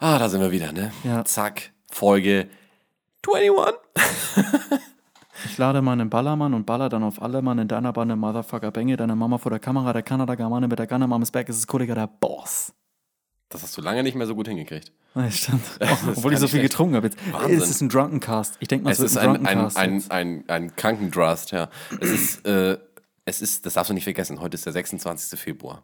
ah, da sind wir wieder, ne? Ja. Zack, Folge 21. Ich lade mal einen Ballermann und baller dann auf alle Mann in deiner Bande, Motherfucker Benge, deine Mama vor der Kamera, der Kanada Germane mit der Gunner, Mamas Back, es ist Kollege der Boss. Das hast du lange nicht mehr so gut hingekriegt. Ja, stimmt. Das ist gar obwohl ich nicht so viel schlecht. getrunken habe jetzt. Wahnsinn. Es ist ein Drunkencast. Ich denke mal, es, Es wird ist ein ein, ein, Drunkencast. ein, jetzt. ein, ein Krankendrast, ja. Es ist, äh, es ist, das darfst du nicht vergessen, heute ist der 26. Februar.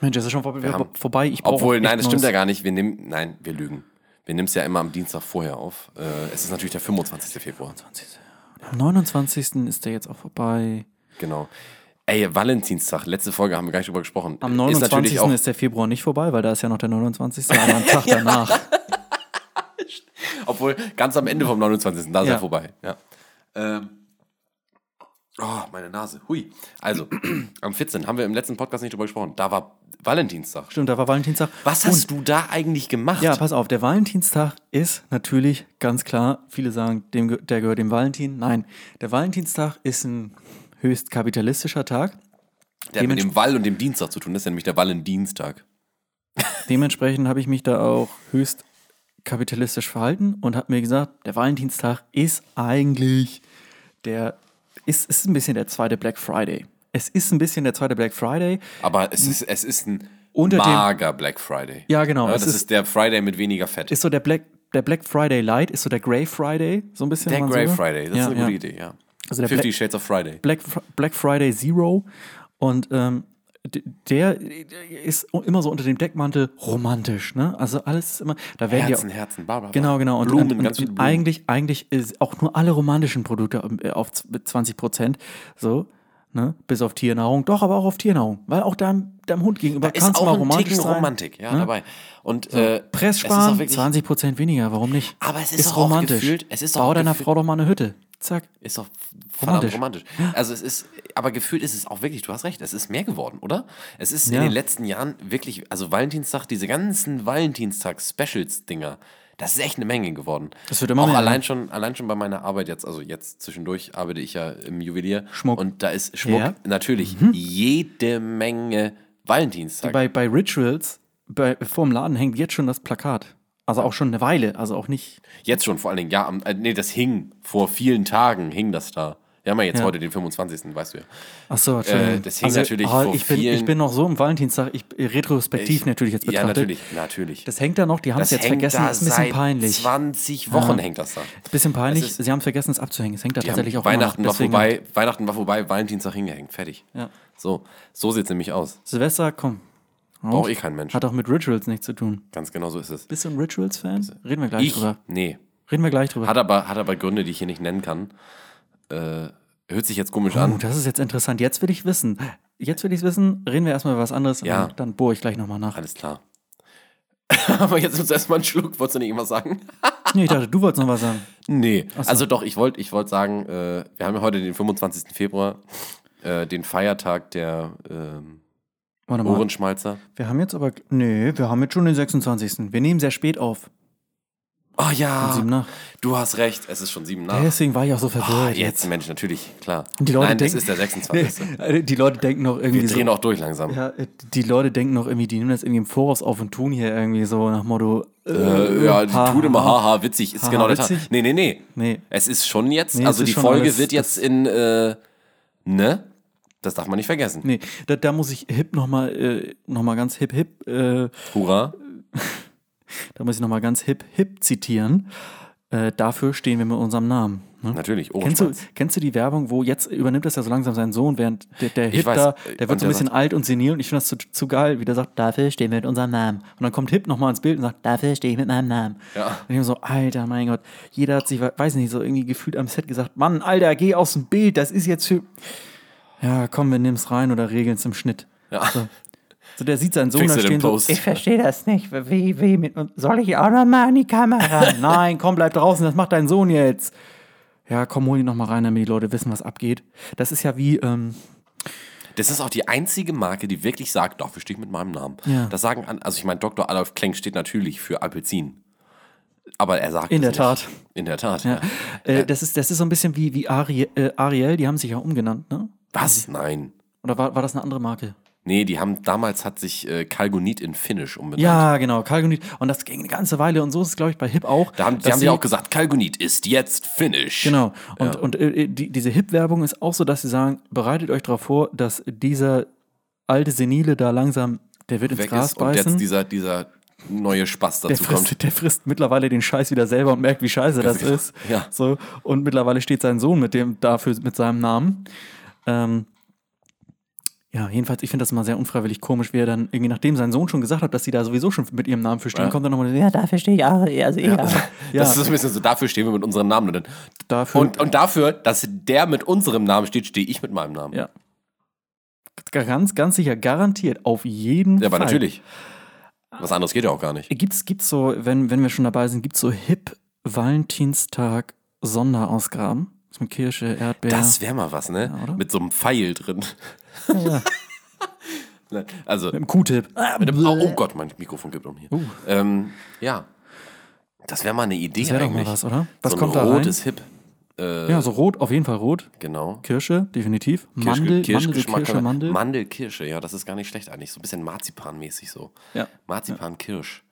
Mensch, das ist schon vor, haben- vorbei. Ich brauche Obwohl, Oh, echt nein, das stimmt ja neues- gar nicht. Wir nehmen, nein, wir lügen. Wir nehmen es ja immer am Dienstag vorher auf. Äh, es ist natürlich der 25. Februar. Am 29. ist der jetzt auch vorbei. Genau. Ey, Valentinstag, letzte Folge haben wir gar nicht drüber gesprochen. Am Ist 29. natürlich Ist, auch, der Februar nicht vorbei, weil da ist ja noch der 29. aber am Tag danach. obwohl, ganz am Ende vom 29. Da ist Ja. er vorbei. Ja. Ähm. Oh, meine Nase. Hui. Also, am 14. haben wir im letzten Podcast nicht drüber gesprochen. Da war Valentinstag. Stimmt, da war Valentinstag. Äh, Was Und- hast du da eigentlich gemacht? Ja, pass auf, der Valentinstag ist natürlich ganz klar, viele sagen, dem, ge- der gehört dem Valentin. Nein, der Valentinstag ist ein höchst kapitalistischer Tag. der hat mit dem Wall und dem Dienstag zu tun. Das ist ja nämlich der Valentinstag. Dementsprechend habe ich mich da auch höchst kapitalistisch verhalten und habe mir gesagt, der Valentinstag ist eigentlich der, ist, ist ein bisschen der zweite Black Friday. Es ist ein bisschen der zweite Black Friday. Aber es ist, es ist ein Unter dem- mager Black Friday. Ja, genau. das Es ist, ist- der Friday mit weniger Fett. Ist so der Black, der Black Friday Light, ist so der Grey Friday, so ein bisschen. der wenn man so Grey will. Friday. Das Ja, ist eine gute ja. Idee, ja. Also der 50 Black- Shades of Friday. Black, Fr- Black Friday Zero und ähm, d- der ist immer so unter dem Deckmantel romantisch, ne? Also alles ist immer, da werden Herzen, ja Herzen, Barbara. genau, genau und, Blumen, und, und, ganz viele Blumen. eigentlich eigentlich ist auch nur alle romantischen Produkte äh, auf z- mit 20 Prozent, so. Ne? Bis auf Tiernahrung, doch, aber auch auf Tiernahrung. Weil auch deinem, deinem Hund gegenüber ist kannst du mal auch ein romantisch Ticken sein. ne? Romantik, ja, dabei. Und äh, Presssparen, es ist auch wirklich, 20 Prozent weniger, warum nicht? Aber es ist doch auch gefühlt- es ist doch Bau auch deiner gefühlt- Frau doch mal eine Hütte. Zack. ist doch verdammt romantisch. Romantisch. Also es ist, aber gefühlt ist es auch wirklich, du hast recht, es ist mehr geworden, oder? Es ist in Ja. den letzten Jahren wirklich, also Valentinstag, diese ganzen Valentinstag-Specials-Dinger, das ist echt eine Menge geworden. Das wird immer auch mehr, Allein schon, allein schon bei meiner Arbeit jetzt, also jetzt zwischendurch arbeite ich ja im Juwelier. Schmuck. Und da ist Schmuck Ja. Mhm. natürlich jede Menge Valentinstag. Bei, bei Rituals, bei, vor dem Laden hängt jetzt schon das Plakat. Also auch schon eine Weile, also auch nicht. Jetzt schon, vor allen Dingen, ja, am, äh, nee, das hing, vor vielen Tagen hing das da. Wir haben ja jetzt heute den 25., weißt du ja. Achso, Äh, das hing natürlich vor Also, ah, ich, bin, vielen- ich bin noch so am Valentinstag, ich, äh, retrospektiv Ich- natürlich jetzt Ja, betrachtet. natürlich, natürlich. Das hängt da noch, die haben es jetzt vergessen, ist ein bisschen seit peinlich. 20 Wochen Ja. hängt das da. Bisschen peinlich, Es ist- sie haben es vergessen, es abzuhängen. Es hängt da tatsächlich auch immer noch, Weihnachten war deswegen- vorbei, Weihnachten war vorbei, Valentinstag hingehängt, fertig. Ja. So, so sieht's nämlich aus. Silvester, komm. Braucht eh kein Mensch. Hat auch mit Rituals nichts zu tun. Ganz genau so ist es. Bist du ein Rituals-Fan? Reden wir gleich Also, Ich? drüber. Nee. Reden wir gleich drüber. Hat aber, hat aber Gründe, die ich hier nicht nennen kann. Äh, hört sich jetzt komisch oh, an. das ist jetzt interessant. Jetzt will ich wissen. Jetzt will ich wissen, reden wir erstmal über was anderes Ja. und dann, dann bohre ich gleich nochmal nach. Alles klar. aber jetzt nimmst du erstmal einen Schluck. Wolltest du nicht irgendwas sagen? Nee, ich dachte, du wolltest noch was sagen. Nee, also doch, ich wollte ich wollt sagen, äh, wir haben ja heute den 25. Februar, äh, den Feiertag der ähm, Warte mal. Ohrenschmalzer. Wir haben jetzt aber. Nee, wir haben jetzt schon den 26. Wir nehmen sehr spät auf. Ah, Um Oh ja, Sieben nach. du hast recht, es ist schon sieben nach. Deswegen war ich auch so Ah, verwirrt. jetzt, Mensch, natürlich, klar. Die Leute Nein, denken, das ist der 26. Nee, die Leute denken noch irgendwie Wir so. drehen auch durch langsam. Ja, äh, die Leute denken noch irgendwie, die nehmen das irgendwie im Voraus auf und tun hier irgendwie so nach Motto. Äh, ja, die ha, tun immer, ha. haha, witzig, ist Haha, genau der Tag. witzig? Nee, nee, nee, Nee. Es ist schon jetzt, Nee, also es ist die schon Folge alles- wird jetzt in, äh, ne? Das darf man nicht vergessen. Nee, da, da muss ich hip nochmal, äh, nochmal ganz hip hip, äh, Hurra. da muss ich nochmal ganz hip hip zitieren. Äh, dafür stehen wir mit unserem Namen. Ne? Natürlich, Kennst du, Ohrenschmalz. kennst du die Werbung, wo jetzt übernimmt das ja so langsam seinen Sohn, während der, der Hip weiß, da, äh, der und wird so der ein bisschen alt und senil und ich finde das zu, zu geil, wie der sagt, dafür stehen wir mit unserem Namen. Und dann kommt Hip nochmal ins Bild und sagt, dafür stehe ich mit meinem Namen. Ja. Und ich bin so, Alter, mein Gott, jeder hat sich, weiß nicht, so irgendwie gefühlt am Set gesagt, Mann, Alter, geh aus dem Bild, das ist jetzt für. Ja, komm, wir nehmen's rein oder regeln's im Schnitt. Ja. So, der sieht seinen Sohn Fix da it in stehen so, post. ich verstehe das nicht, wie, wie, mit, uns- soll ich auch nochmal in die Kamera? Nein, komm, bleib draußen, das macht dein Sohn jetzt. Ja, komm, hol ihn nochmal rein, damit die Leute wissen, was abgeht. Das ist ja wie, ähm, Das ist auch die einzige Marke, die wirklich sagt, dafür stehe ich mit meinem Namen. Ja. Das sagen an, also ich meine, Dr. Adolf Klenk steht natürlich für Apelsin. Aber er sagt. In es der nicht. Tat. In der Tat. Ja. äh, das, ist, das ist so ein bisschen wie, wie Ariel, äh, Ariel, die haben sich ja umgenannt, ne? Was? Nein. Oder war, war das eine andere Marke? Nee, die haben damals hat sich äh, Kalgonit in Finnisch umbenannt. Ja, genau, Kalgonit. Und das ging eine ganze Weile. Und so ist es, glaube ich, bei Hip auch. Da haben, die dass haben sie- ja auch gesagt, Kalgonit ist jetzt Finnisch. Genau. Und, und äh, die, diese Hip-Werbung ist auch so, dass sie sagen, bereitet euch darauf vor, dass dieser alte Senile da langsam, der wird ins Weg Gras ist und beißen. jetzt dieser, dieser neue Spaß der dazu kommt. frisst, der frisst mittlerweile den Scheiß wieder selber und merkt, wie scheiße das Ja, ist. ja. So, und mittlerweile steht sein Sohn mit dem dafür mit seinem Namen. Ähm, ja, jedenfalls, ich finde das mal sehr unfreiwillig komisch, wie er dann irgendwie, nachdem sein Sohn schon gesagt hat, dass sie da sowieso schon mit ihrem Namen für stehen, Ja. kommt er nochmal, ja, dafür stehe ich auch. Also, ja. Ja, Das ist ein bisschen so, dafür stehen wir mit unserem Namen. Und, dann, dafür. und, und dafür, dass der mit unserem Namen steht, stehe ich mit meinem Namen. Ja. ganz, ganz sicher, garantiert, auf jeden Ja, aber Fall. natürlich. Was anderes geht ja auch gar nicht. Gibt's, gibt's so, wenn, wenn wir schon dabei sind, gibt's so Hip Valentinstag Sonderausgaben? Was mit Kirsche, Erdbeer. Das wäre mal was, ne? Ja, oder? mit so einem Pfeil drin. ja. Nein, also, Mit dem Q-Tip. mit dem, oh, oh Gott, mein Mikrofon gibt um hier. Uh. Ähm, ja. Das wäre mal eine Idee Wäre doch eigentlich. mal was, oder? Was so ein kommt da rein? rotes Hip. Äh, Ja, so rot, auf jeden Fall rot. Genau. Kirsche, definitiv. Kirsch- Mandel, Mandel, so Kirschgeschmack Kirsche, oder- Mandel. Mandelkirsche, ja, das ist gar nicht schlecht eigentlich. So ein bisschen Marzipan-mäßig so. Ja. Marzipan-Kirsch.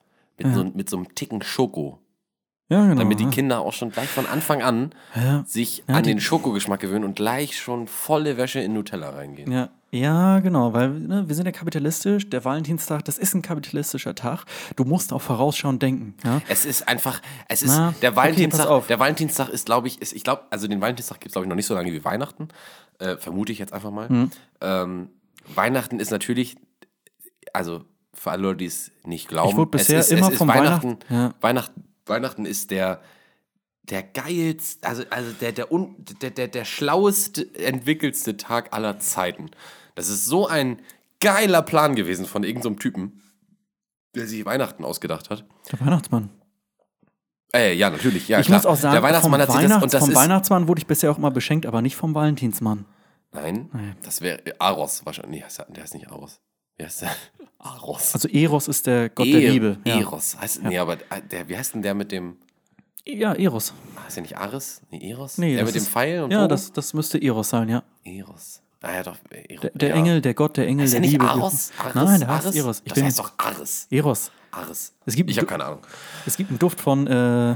Mit, so, mit so einem Ticken Schoko. ja, genau. Damit ja. die Kinder auch schon gleich von Anfang an Ja. sich Ja, an die- den Schokogeschmack gewöhnen und gleich schon volle Wäsche in Nutella reingehen. Ja, ja genau, weil ne, wir sind ja kapitalistisch. Der Valentinstag, das ist ein kapitalistischer Tag. Du musst auch vorausschauend denken. Ja? Es ist einfach, es ist, Na, der okay, Valentinstag, pass auf. der Valentinstag ist, glaube ich, ist, ich glaube, also den Valentinstag gibt es, glaube ich, noch nicht so lange wie Weihnachten. Äh, vermute ich jetzt einfach mal. Hm. Ähm, Weihnachten ist natürlich, also für alle Leute, die es nicht glauben, Ich wurde bisher es ist, immer es ist vom Weihnachten, Weihnachten- ja. Weihnachten, Weihnachten ist der, der geilste, also, also der, der, un, der, der, der schlaueste, entwickelste Tag aller Zeiten. Das ist so ein geiler Plan gewesen von irgendeinem so Typen, der sich Weihnachten ausgedacht hat. Der Weihnachtsmann. Äh, ja, natürlich, ja, ich klar. muss auch sagen, der Weihnachtsmann vom, hat sich Weihnachts das und das vom ist Weihnachtsmann wurde ich bisher auch immer beschenkt, aber nicht vom Valentinsmann. Nein, Nein. das wäre äh, Aros wahrscheinlich. Nee, heißt er- der heißt nicht Aros. Wie heißt der? Aros. Also Eros ist der Gott E- der Liebe. Ja. Eros. Heißt, Nee, aber äh, der, wie heißt denn der mit dem. ja, Eros. Heißt der nicht Ares? Nee, Eros? Nee, der das mit dem ist- Pfeil und Ja, Bogen? das, das müsste Eros sein, ja. Eros. Ah ja, doch. äh, Eros. Der, der ja. Engel, der Gott, der Engel, Ist der der nicht Liebe. Aros? Ares? Nein, der Ares? heißt Eros. Ich das bin heißt doch Ares. Eros. Ares. Es gibt- ich habe keine Ahnung. Es gibt einen Duft von, äh,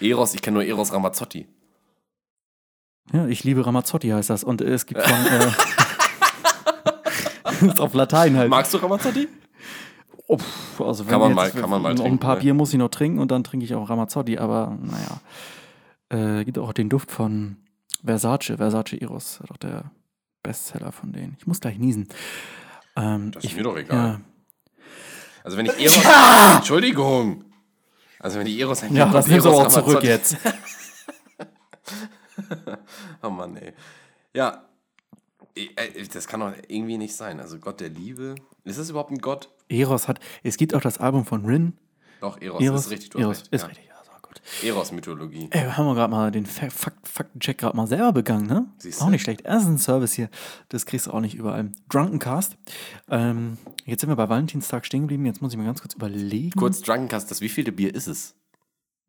Eros, ich kenne nur Eros Ramazzotti. ja, ich liebe Ramazzotti heißt das. Und äh, es gibt von, äh, ist auf Latein halt. Magst du Ramazzotti? Oh, pff, also wenn Kann man jetzt, mal- kann man mal noch trinken, ein paar ne? Bier muss ich noch trinken und dann trinke ich auch Ramazzotti, aber naja. Äh, gibt auch den Duft von Versace, Versace Eros, doch der Bestseller von denen. Ich muss gleich niesen. Ähm, Das ist ich, mir doch egal. ja, Also wenn ich Eros. Entschuldigung. Also wenn ich Eros ein ja Kind das und nimmst du Eros aber auch zurück Ramazzotti- jetzt. Oh Mann, ey. Ja. Äh, äh, Das kann doch irgendwie nicht sein. Also Gott der Liebe. Ist das überhaupt ein Gott? Eros hat, es gibt auch das Album von Rin. Doch, Eros, Eros ist richtig. Du hast Eros, recht. ist ja. richtig. Also gut. Eros-Mythologie. Ey, wir haben wir gerade mal den Fa- Fakt Faktencheck gerade mal selber begangen, ne? Siehst auch du. nicht schlecht. Das ist ein Service hier. Das kriegst du auch nicht überall. Drunkencast. Ähm, jetzt sind wir bei Valentinstag stehen geblieben. Jetzt muss ich mir ganz kurz überlegen. Kurz Drunkencast, das wievielte Bier ist es?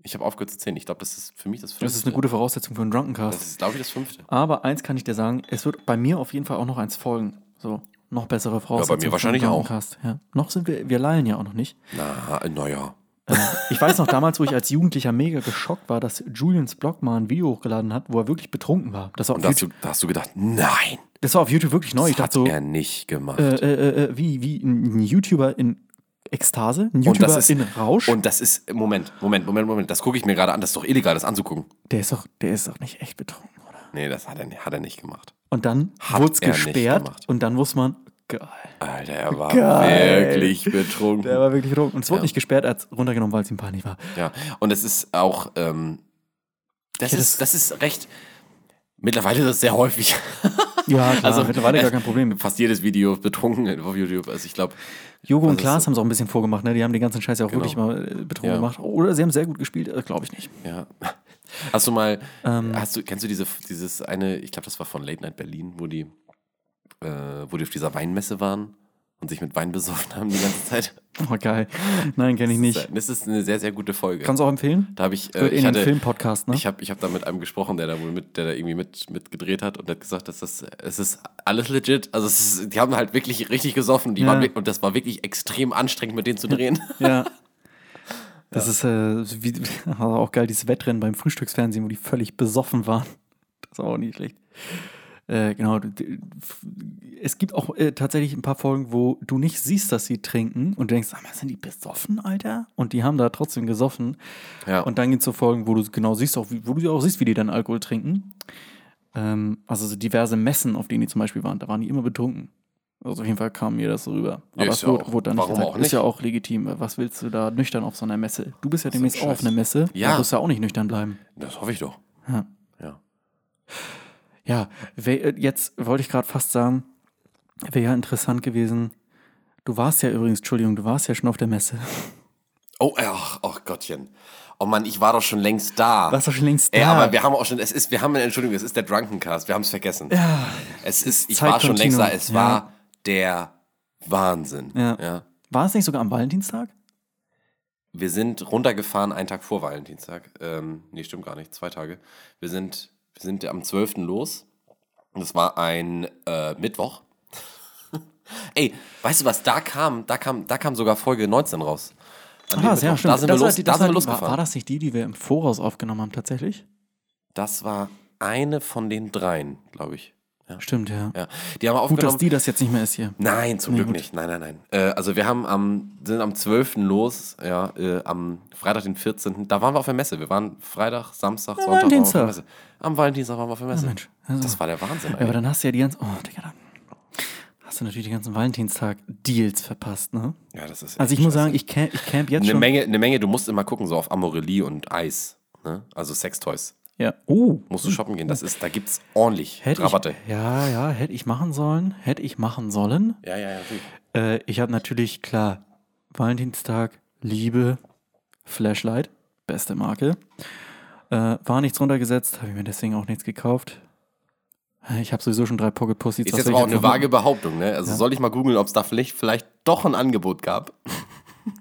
Ich habe aufgehört zu zählen. Ich glaube, das ist für mich das fünfte. Das ist eine gute Voraussetzung für einen Drunkencast. Das ist, glaube ich, das fünfte. Aber eins kann ich dir sagen, es wird bei mir auf jeden Fall auch noch eins folgen. So, noch bessere Voraussetzungen. mir wahrscheinlich für einen auch. Drunkencast. Ja. Noch sind wir, wir leihen ja auch noch nicht. Na, äh, naja. Äh, ich weiß noch damals, wo ich als Jugendlicher mega geschockt war, dass Julians Blog mal ein Video hochgeladen hat, wo er wirklich betrunken war. Das war, auf, Und da hast, YouTube, du, da hast du gedacht, nein, das war auf YouTube wirklich neu. Ich dachte so, er nicht gemacht. äh, äh, äh, wie, wie ein YouTuber in Ekstase, ein Und YouTuber das ist- in Rausch. Und das ist, Moment, Moment, Moment, Moment. Das gucke ich mir gerade an. Das ist doch illegal, das anzugucken. der, ist doch, der ist doch nicht echt betrunken, oder? Nee, das hat er, hat er nicht gemacht. Und dann Hat wurde es er nicht gesperrt gemacht. und dann wusste man, geil. Alter, er war Geil. wirklich betrunken. Der war wirklich betrunken. Und es wurde nicht gesperrt, er hat runtergenommen, weil es ihm peinlich war. Ja, und es ist auch, ähm, das, Ja, ist, das ist recht, mittlerweile ist das sehr häufig, Ja, klar, Also, mittlerweile gar äh, kein Problem. fast jedes Video betrunken auf YouTube. Also ich glaube, Jogo und also Klaas so- haben es auch ein bisschen vorgemacht, ne? Die haben den ganzen Scheiß ja auch Genau. wirklich mal äh, betrunken Ja. gemacht. Oder sie haben sehr gut gespielt, äh, glaube ich nicht. ja. Hast du mal, Ähm. hast du, kennst du diese, dieses eine, ich glaube, das war von Late Night Berlin, wo die, äh, wo die auf dieser Weinmesse waren und sich mit Wein besoffen haben die ganze Zeit. Oh, geil. Nein, kenne ich nicht. Das ist eine sehr, sehr gute Folge. Kannst du auch empfehlen? Da habe ich, äh, Wird ich in den hatte, Film-Podcast, ne? ich habe ich hab da mit einem gesprochen, der da wohl mit, der da irgendwie mit, mitgedreht hat und der hat gesagt, dass das, es ist alles legit. Also es ist, die haben halt wirklich richtig gesoffen. Die Ja. waren, wir- und das war wirklich extrem anstrengend, mit denen zu drehen. Ja. Das ist äh, wie, aber auch geil, dieses Wettrennen beim Frühstücksfernsehen, wo die völlig besoffen waren. Das war auch nicht schlecht. Äh, genau. d- d- f- Es gibt auch äh, tatsächlich ein paar Folgen, wo du nicht siehst, dass sie trinken und du denkst, sag mal, sind die besoffen, Alter? Und die haben da trotzdem gesoffen. Ja. Und dann gibt es so Folgen, wo du genau siehst, auch, wie- wo du auch siehst, wie die dann Alkohol trinken. Ähm, also so diverse Messen, auf denen die zum Beispiel waren, da waren die immer betrunken. Also auf jeden Fall kam mir das so rüber. Ja, Aber ist es ja wurde, auch- wurde dann nicht warum gesagt. auch nicht? Ist ja auch legitim. Was willst du da nüchtern auf so einer Messe? Du bist ja ein demnächst auch auf Scheiß. einer Messe. Ja. Du musst ja auch nicht nüchtern bleiben. Das hoffe ich doch. Ja. Ja. Ja, wär, äh, jetzt wollte ich gerade fast sagen, wäre ja interessant gewesen. Du warst ja übrigens, Entschuldigung, du warst ja schon auf der Messe. Oh, ach, ach Gottchen. Oh Mann, ich war doch schon längst da. Warst doch schon längst Ey, da. aber wir haben auch schon, es ist, wir haben eine Entschuldigung, es ist der Drunkencast, wir haben es vergessen. Ja. es ist, ich Zeit- war schon längst da, Continuum, es ja. war der Wahnsinn. Ja. War es nicht sogar am Valentinstag? Wir sind runtergefahren einen Tag vor Valentinstag. Ähm, nee, stimmt gar nicht, zwei Tage. Wir sind, wir sind am 12. los. Und es war ein äh, Mittwoch. Ey, weißt du was, da kam, da kam, da kam sogar Folge 19 raus. An dem Ah, sehr Mittwoch. schön. Da sind wir, los, da sind wir losgefahren. War, war das nicht die, die wir im Voraus aufgenommen haben, tatsächlich? Das war eine von den dreien, glaube ich. Ja. Stimmt, ja. ja. Genau. Die haben wir Gut, dass aufgenommen. die das jetzt nicht mehr ist hier. Nein, zum Glück nicht. Nein, nein, nein. Äh, also wir haben am, sind am 12. los, ja, äh, am Freitag, den 14. Da waren wir auf der Messe. Wir waren Freitag, Samstag, Sonntag waren wir auf der Valentinstag. Messe. Am Valentinstag waren wir auf der Messe. Mensch, also. Das war der Wahnsinn. Ja, aber Ey. dann hast du ja die ganzen. Oh, Digga, dann hast du natürlich die ganzen Valentinstag-Deals verpasst, ne? Ja, das ist Also ich echt muss scheiße. sagen, ich camp, ich camp jetzt eine schon. Menge, eine Menge, du musst immer gucken, so auf Amorelie und Eis. Ne? Also Sextoys. Ja. Oh. Musst du shoppen Ah, gehen. Das ist, da gibt's ordentlich Hätte Rabatte. ich, ja, ja, hätte ich machen sollen. Hätte ich machen sollen. Ja, ja, ja. natürlich. Äh, ich habe natürlich, klar, Valentinstag, Liebe, Flashlight, beste Marke. Äh, war nichts runtergesetzt, habe ich mir deswegen auch nichts gekauft. Ich habe sowieso schon drei Pocket Pussys. Ist was jetzt soll aber auch ich eine noch vage Behauptung, ne? Also soll ich mal googeln, ob es da vielleicht, vielleicht doch ein Angebot gab?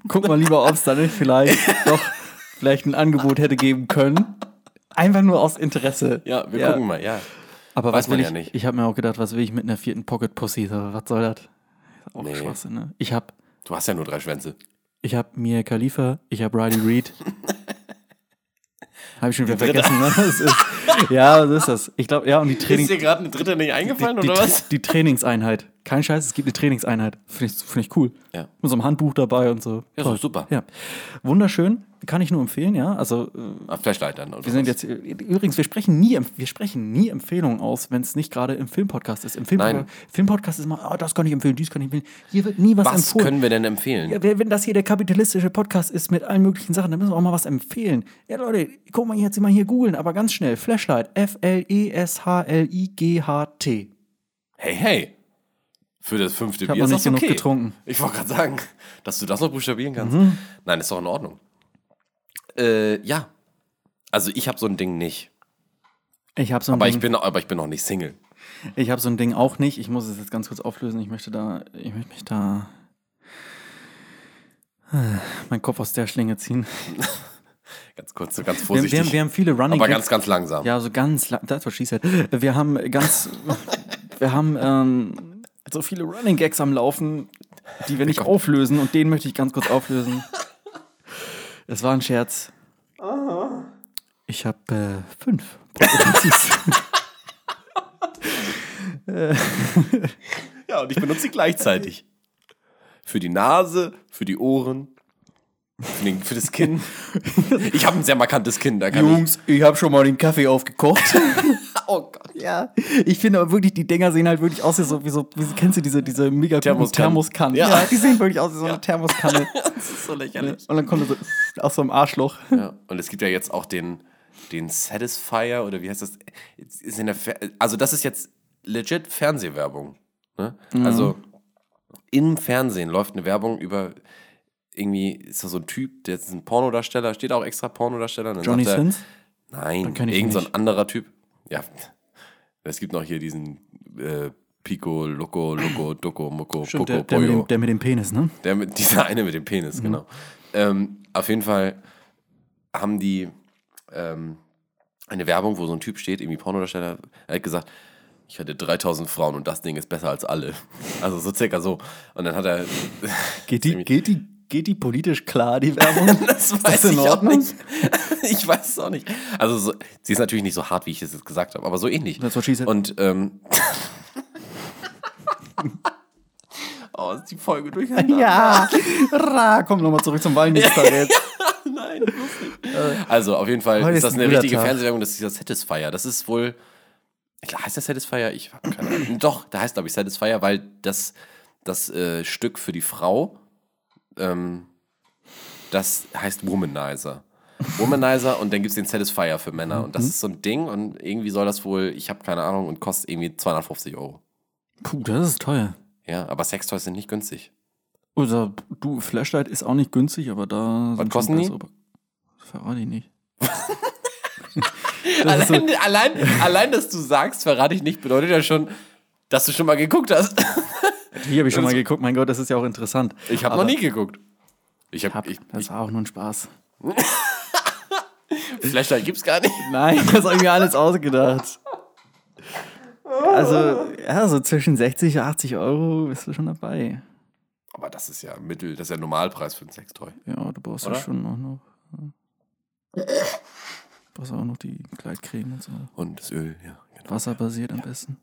Guck mal lieber, ob es da nicht vielleicht doch vielleicht ein Angebot hätte geben können. Einfach nur aus Interesse. Ja, wir gucken mal, ja. Aber Weiß was man will ja ich, nicht. Ich habe mir auch gedacht, was will ich mit einer vierten Pocket Pussy? So, was soll das? Ist auch Nee. Schwachsinn, ne? Ich habe Du hast ja nur drei Schwänze. ich hab Mia Khalifa, ich habe Riley Reed. habe ich schon wieder dritte. vergessen, ne? Das ist, ja, was ist das? Ich glaube, ja, und die Training, gerade eine dritte nicht eingefallen, die, Tra- die Trainingseinheit. Kein Scheiß, es gibt eine Trainingseinheit. Finde ich, find ich cool. Ja. Mit so einem Handbuch dabei und so. Ja, Toll. so super. Ja. Wunderschön, kann ich nur empfehlen, ja. Also äh, Ah, Flashlight dann. oder wir sind was? jetzt übrigens, wir sprechen nie, Emp- wir sprechen nie Empfehlungen aus, wenn es nicht gerade im Filmpodcast ist. Im Filmpodcast, Nein. Filmpodcast ist immer, oh, das kann ich empfehlen, dies kann ich empfehlen. Hier wird nie was, Was empfohlen. können wir denn empfehlen? Ja, wer- wenn das hier der kapitalistische Podcast ist mit allen möglichen Sachen, dann müssen wir auch mal was empfehlen. Ja, Leute, guck mal, jetzt mal hier googeln, aber ganz schnell. Flashlight. E F-L-E-S-H-L-I-G-H-T. Hey, hey. Für das fünfte Ich hab Bier noch ist nicht das genug okay. getrunken. Mhm. Ich wollte gerade sagen, dass du das noch buchstabieren kannst. Nein, ist doch in Ordnung. Äh, ja. Also ich habe so ein Ding nicht. Ich habe so, ein Aber ich Ding- bin, aber ich bin noch nicht Single. ich hab so ein Ding auch nicht. Ich muss es jetzt ganz kurz auflösen. Ich möchte da, ich möchte mich da meinen Kopf aus der Schlinge ziehen. Ganz kurz, so ganz Wir, vorsichtig. wir, haben, wir haben viele Running aber ganz, ganz langsam. Ja, so ganz lang. Das war she said. Wir haben ganz. wir haben ähm, so viele Running Gags am Laufen, die wir nicht auflösen und den möchte ich ganz kurz auflösen. Es war ein Scherz. Ich habe äh, fünf. Propositions. ja, und ich benutze sie gleichzeitig. Für die Nase, für die Ohren, für, den, für das Kinn. Ich habe ein sehr markantes Kinn, da kann Jungs, ich habe schon mal den Kaffee aufgekocht. ich. Oh Gott. ja. Ich finde aber wirklich, die Dinger sehen halt wirklich aus wie so, wie so wie, kennst du diese, diese mega guten Thermoskanne. Thermoskanne? Ja. die sehen wirklich aus wie so eine Thermoskanne. Das ist so lächerlich. Und dann kommt er so aus so einem Arschloch. Ja, und es gibt ja jetzt auch den, den Satisfier oder wie heißt das? Es Ist in der Fer also, das ist jetzt legit Fernsehwerbung. Ne? Mhm. Also, im Fernsehen läuft eine Werbung über. Irgendwie ist da so ein Typ, der ist ein Pornodarsteller, steht auch extra Pornodarsteller. und dann Johnny sagt er- Sins? Nein, kenn ich irgend so ein nicht. anderer Typ. Ja, es gibt noch hier diesen äh, Pico, Loco, Loco, Doco, Moco, Stimmt, Poco, der, der, mit Poyo. dem, der mit dem Penis, ne? Der mit, dieser eine mit dem Mhm. Penis, genau. Ähm, auf jeden Fall haben die ähm, eine Werbung, wo so ein Typ steht, irgendwie Pornodarsteller, er hat gesagt, ich hatte 3000 Frauen und das Ding ist besser als alle. Also so circa so. Und dann hat er, Geht die, geht die, geht die politisch klar, die Werbung? das weiß das in ich auch Ordnung? nicht. Ich weiß es auch nicht. Also so, sie ist natürlich nicht so hart, wie ich es jetzt gesagt habe, aber so ähnlich. That's what she said. Und ähm, oh, ist die Folge durcheinander. ja, Ra, komm nochmal zurück zum Valentinstag jetzt. Nein, ich muss nicht. Also, auf jeden Fall Heute ist, ist das ein eine guter richtige Tag. Fernsehwerbung, das ist dieser Satisfier. Das ist wohl. Klar, heißt der Satisfier? Ich habe keine Ahnung. Doch, der heißt, glaube ich, Satisfier, weil das, das äh, Stück für die Frau, ähm, das heißt Womanizer. Womanizer und dann gibt es den Satisfier für Männer. Und Mhm. das ist so ein Ding und irgendwie soll das wohl, ich habe keine Ahnung, und kostet irgendwie 250 Euro. Puh, das ist teuer. Ja, aber Sextoys sind nicht günstig. Oder du, Flashlight ist auch nicht günstig, aber da. sind schon kosten die? bessere- Verrate ich nicht. Das ist so- Allein, allein, allein, dass du sagst, verrate ich nicht, bedeutet ja schon, dass du schon mal geguckt hast. Hier habe ich schon Das mal ist- geguckt, mein Gott, das ist ja auch interessant. Ich habe noch Aber- nie geguckt. Ich habe Hab, ich, das war auch nur ein Spaß. Flashlight gibt's gar nicht. Nein, das habe ich mir alles ausgedacht. Also, ja, so zwischen 60 und 80 Euro bist du schon dabei. Aber das ist ja Mittel, das ist ja Normalpreis für ein Sextoy. Ja, du brauchst Oder? ja schon auch noch. Du brauchst auch noch die Kleidcreme und so. Und das Öl, ja. Genau. Wasserbasiert am besten.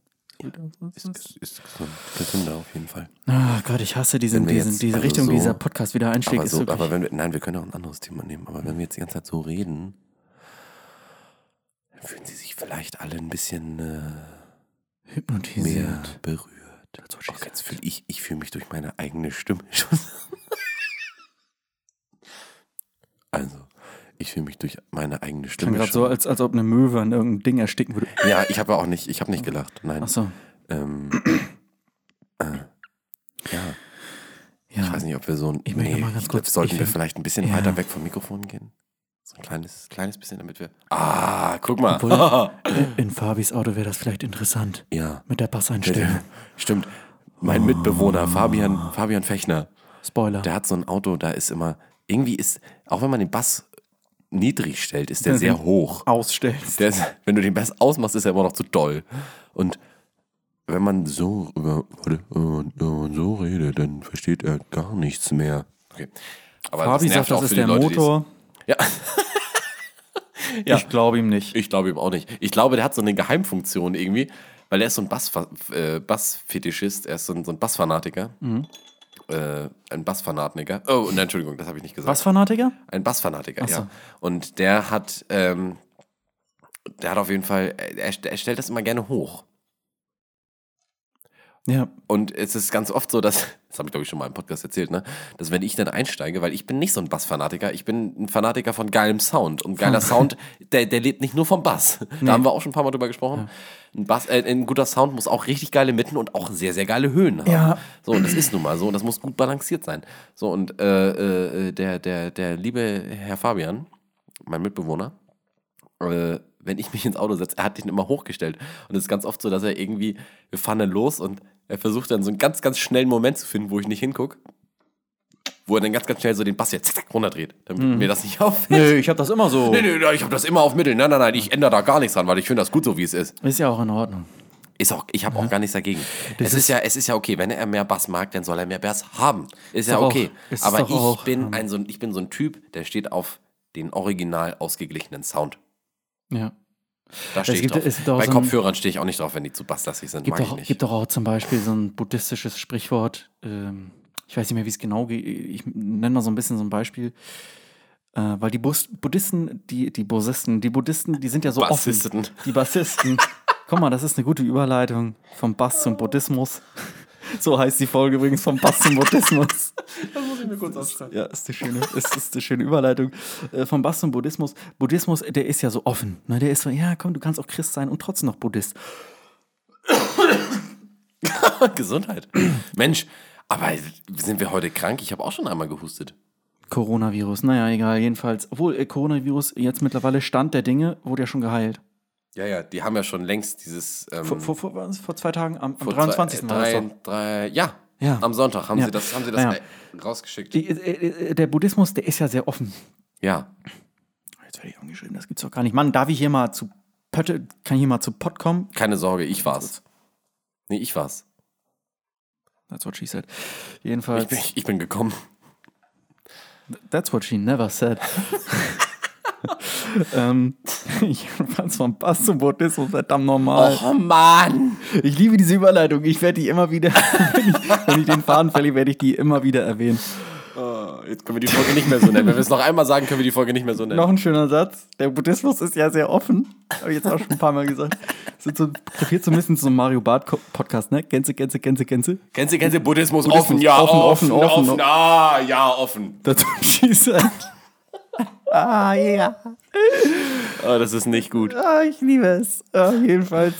Ist, ist gesund. Gesünder auf jeden Fall. Ach Ah, Gott, ich hasse diesen, Wenn wir diesen, jetzt diese also Richtung, so- wie dieser Podcast wieder einschlägt. Aber, ist so, wirklich- aber wenn wir, nein, wir können auch ein anderes Thema nehmen. Aber wenn wir jetzt die ganze Zeit so reden, dann fühlen sie sich vielleicht alle ein bisschen äh, mehr hypnotisiert. berührt. Auch jetzt fühl ich ich fühle mich durch meine eigene Stimme schon. also, ich fühle mich durch meine eigene Klang Stimme gerade so, schon. als, als ob eine Möwe an irgendeinem Ding ersticken würde. ja, ich habe auch nicht, ich habe nicht gelacht. Nein. Achso. Ähm, äh, ja, Ja. ich weiß nicht, ob wir so ein. Ich möchte mal ganz ich kurz- glaub, sollten ich wir find- vielleicht ein bisschen ja. weiter weg vom Mikrofon gehen? So ein kleines, kleines bisschen, damit wir. Ah, guck mal. In- In Fabis Auto wäre das vielleicht interessant. ja. Mit der Basseinstellung. Stimmt. Mein Mitbewohner, Oh. Fabian, Fabian Fechner, Spoiler. der hat so ein Auto, da ist immer. Irgendwie ist, auch wenn man den Bass niedrig stellt, ist der sehr hoch. Ausstellst. Der ist, wenn du den Bass ausmachst, ist er immer noch zu doll. Und wenn man so über, warte, wenn man, wenn man so redet, dann versteht er gar nichts mehr. Okay. Aber Fabi nervt sagt, das auch für ist die der Leute, die es- Motor. Ja. Ja. Ich glaube ihm nicht. Ich glaube ihm auch nicht. Ich glaube, der hat so eine Geheimfunktion irgendwie, weil er ist so ein Bass, äh, Bassfetischist, er ist so ein, so ein Bassfanatiker. Mhm. Äh, ein Bassfanatiker. Oh, nein, Entschuldigung, das habe ich nicht gesagt. Was, Fanatiker? Ein Bassfanatiker, so. ja. Und der hat, ähm, der hat auf jeden Fall, äh, er, er stellt das immer gerne hoch. Ja. Und es ist ganz oft so, dass, das habe ich glaube ich schon mal im Podcast erzählt, ne, dass wenn ich dann einsteige, weil ich bin nicht so ein Bassfanatiker, ich bin ein Fanatiker von geilem Sound. Und geiler Sound, der, der lebt nicht nur vom Bass. Da haben wir auch schon ein paar Mal drüber gesprochen. Ein, Bass, äh, ein guter Sound muss auch richtig geile Mitten und auch sehr, sehr geile Höhen haben. Ja. So, und das ist nun mal so. Und das muss gut balanciert sein. So, und äh, äh, der, der, der liebe Herr Fabian, mein Mitbewohner, äh, wenn ich mich ins Auto setze, er hat den immer hochgestellt. Und es ist ganz oft so, dass er irgendwie, wir fahren dann los und er versucht dann so einen ganz, ganz schnellen Moment zu finden, wo ich nicht hingucke. Wo er dann ganz, ganz schnell so den Bass hier zack, zack, runterdreht, damit Mhm. mir das nicht auffällt. Nö, ich habe das immer so. Nee, nee, nee, ich habe das immer auf Mittel. Nein, nein, nein, ich ändere da gar nichts dran, weil ich finde das gut so, wie es ist. Ist ja auch in Ordnung. Ist auch, ich habe Mhm. auch gar nichts dagegen. es ist, ja, es ist ja okay, wenn er mehr Bass mag, dann soll er mehr Bass haben. Ist, ja doch auch- okay. ist Aber doch ich auch, bin ähm, ein so ein- ich bin so ein Typ, der steht auf den original ausgeglichenen Sound. Ja. Da stehe ich gibt- drauf. es gibt auch Bei so ein- Kopfhörern stehe ich auch nicht drauf, wenn die zu basslastig sind. Gibt Mag doch, ich nicht. gibt doch auch zum Beispiel so ein buddhistisches Sprichwort. Ähm, ich weiß nicht mehr, wie es genau geht. Ich nenne mal so ein bisschen so ein Beispiel. Äh, weil die Bus Buddhisten, die, die Bursisten, die Buddhisten, die sind ja so Bassisten. offen. Die Bassisten. Guck mal, das ist eine gute Überleitung. Vom Bass zum Buddhismus. So heißt die Folge übrigens, vom Bass zum Buddhismus. Das muss ich mir kurz aufschreiben. Ja, ist eine schöne, ist, ist eine schöne Überleitung. Äh, vom Bass zum Buddhismus. Buddhismus, der ist ja so offen. Ne? Der ist so, ja, komm, du kannst auch Christ sein und trotzdem noch Buddhist. Gesundheit. Mensch, aber sind wir heute krank? Ich habe auch schon einmal gehustet. Coronavirus, naja, egal, jedenfalls. Obwohl, äh, Coronavirus jetzt mittlerweile Stand der Dinge, wurde ja schon geheilt. Ja, ja, die haben ja schon längst dieses. Ähm, Vor, vor, vor, was? vor zwei Tagen, am, am vor 23. zwei- äh, war das drei, doch. drei, ja, Ja. am Sonntag haben Ja. sie das, haben sie das Ja. äh, rausgeschickt. Die, äh, äh, der Buddhismus, der ist ja sehr offen. ja. Jetzt werde ich angeschrieben, das gibt's doch gar nicht. Mann, darf ich hier mal zu Pötte, kann ich hier mal zu Pott kommen? Keine Sorge, ich war's. Nee, ich war's. That's what she said. Ich Jedenfalls, bin, ich bin gekommen. that's what she never said. ähm, jedenfalls vom Bass zum Buddhismus, verdammt normal. Oh Mann! Ich liebe diese Überleitung. Ich werde die immer wieder, wenn ich, wenn ich den Faden verliere, werde ich die immer wieder erwähnen. Oh, jetzt können wir die Folge nicht mehr so nennen. Wenn wir es noch einmal sagen, können wir die Folge nicht mehr so nennen. Noch ein schöner Satz. Der Buddhismus ist ja sehr offen. Habe ich jetzt auch schon ein paar Mal gesagt. So, so, hier zumindest so ein Mario Barth Ko- Podcast, ne? Gänse, Gänse, Gänse, Gänse. Kennst du, kennst du Buddhismus? Buddhismus, Offen, ja, offen, offen, offen, offen. offen. Ah, ja, offen. Dazu schießt er. Ah, ja. Oh, das ist nicht gut. Ah, ich liebe es. Ah, jedenfalls.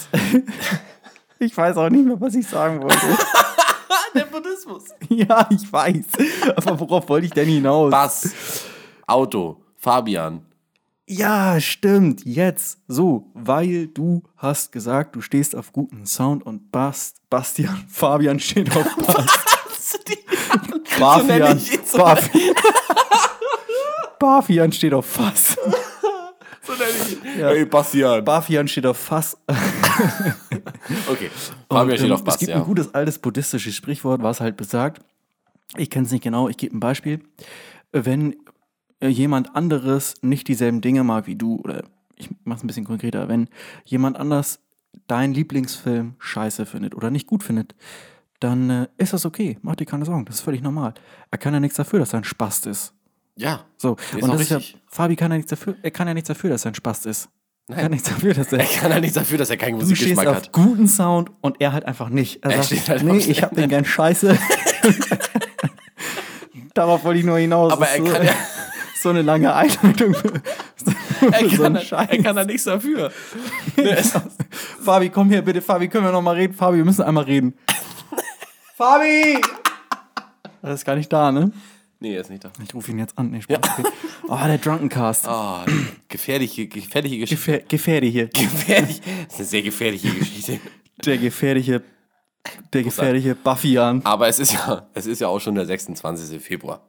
Ich weiß auch nicht mehr, was ich sagen wollte. Der Buddhismus. Ja, ich weiß. Aber worauf wollte ich denn hinaus? Bass, Auto, Fabian. Ja, stimmt. Jetzt. So, weil du hast gesagt, du stehst auf guten Sound und Bast, Bastian, Fabian steht auf Bast. Bafian, nenn ich ihn, so Bafian. Bafian steht auf Fass. Hey, Bastian. Bafian steht auf Fass. Okay, Fabian steht ähm, auf Es gibt ein Bastian. gutes altes buddhistisches Sprichwort, was halt besagt, ich kenne es nicht genau, ich gebe ein Beispiel. Wenn äh, jemand anderes nicht dieselben Dinge mag wie du, oder ich mache es ein bisschen konkreter, wenn jemand anders deinen Lieblingsfilm scheiße findet oder nicht gut findet, dann äh, ist das okay. Mach dir keine Sorgen, das ist völlig normal. Er kann ja nichts dafür, dass er ein Spast ist. Ja. So, Ist und auch das ist ja, richtig. Fabi kann ja nichts dafür, er kann ja nichts dafür, dass er ein Spast ist. Er Nein. kann nichts dafür, dass er Er kann halt nichts dafür, dass er keinen du stehst Musikgeschmack auf hat. guten Sound und er halt einfach nicht. Er, Er steht sagt, halt nee, auf ich hab den gern scheiße. Darauf wollte ich nur hinaus. Aber Das er ist kann so, ja- so eine lange Einleitung. für- Er für so kann, einen halt- Scheiß. er kann da nichts dafür. Ne, es- Fabi, komm hier bitte. Fabi, können wir noch mal reden? Fabi, wir müssen einmal reden. Fabi! Er ist gar nicht da, ne? nee, er ist nicht da. Ich rufe ihn jetzt an. Nee, Spaß. Okay. Oh, der Drunkencast. Ah, gefährliche, gefährliche Geschichte. Gefähr Gefährde hier. Gefährlich. Das ist eine sehr gefährliche Geschichte. Der gefährliche, der gefährliche Buffian. Aber es ist ja, es ist ja auch schon der 26. Februar.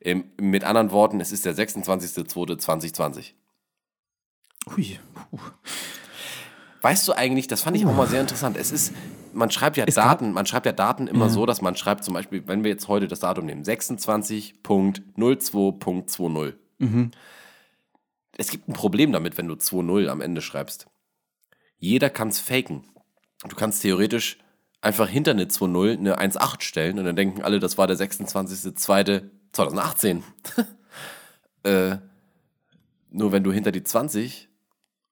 Ähm, mit anderen Worten, es ist der 26.02.2020. Ui. Puh. Weißt du eigentlich, das fand ich auch mal sehr interessant. Es ist, man schreibt ja gab- Daten, man schreibt ja Daten immer so, dass man schreibt zum Beispiel, wenn wir jetzt heute das Datum nehmen, 26.02.20. Mhm. Es gibt ein Problem damit, wenn du 2.0 am Ende schreibst. Jeder kann es faken. Du kannst theoretisch einfach hinter eine 2.0 eine 1.8 stellen und dann denken alle, das war der 26.02.2018. äh, nur wenn du hinter die 20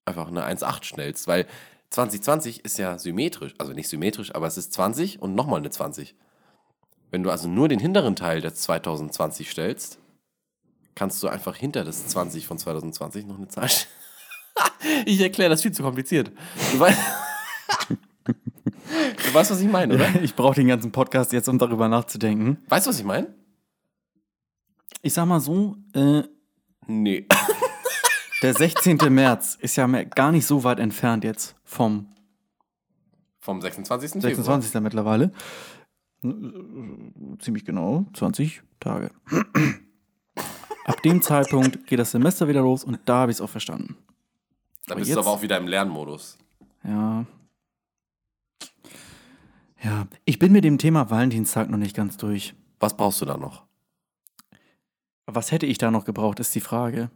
einfach eine 1,8 schnellst, weil 2020 ist ja symmetrisch, also nicht symmetrisch, aber es ist 20 und nochmal eine 20. Wenn du also nur den hinteren Teil des 2020 stellst, kannst du einfach hinter das 20 von 2020 noch eine Zahl stellen. ich erkläre das viel zu kompliziert. Du weißt, du weißt was ich meine, oder? Ich brauche den ganzen Podcast jetzt, um darüber nachzudenken. Weißt du, was ich meine? Ich sag mal so, äh, Nee. der 16. März ist ja mehr, gar nicht so weit entfernt jetzt vom Vom 26. Februar. 26. mittlerweile. äh, Ziemlich genau, 20 Tage. Ab dem Zeitpunkt geht das Semester wieder los und da habe ich es auch verstanden. Da Aber bist jetzt- du aber auch wieder im Lernmodus. Ja. Ja, ich bin mit dem Thema Valentinstag noch nicht ganz durch. Was brauchst du da noch? Was hätte ich da noch gebraucht, ist die Frage.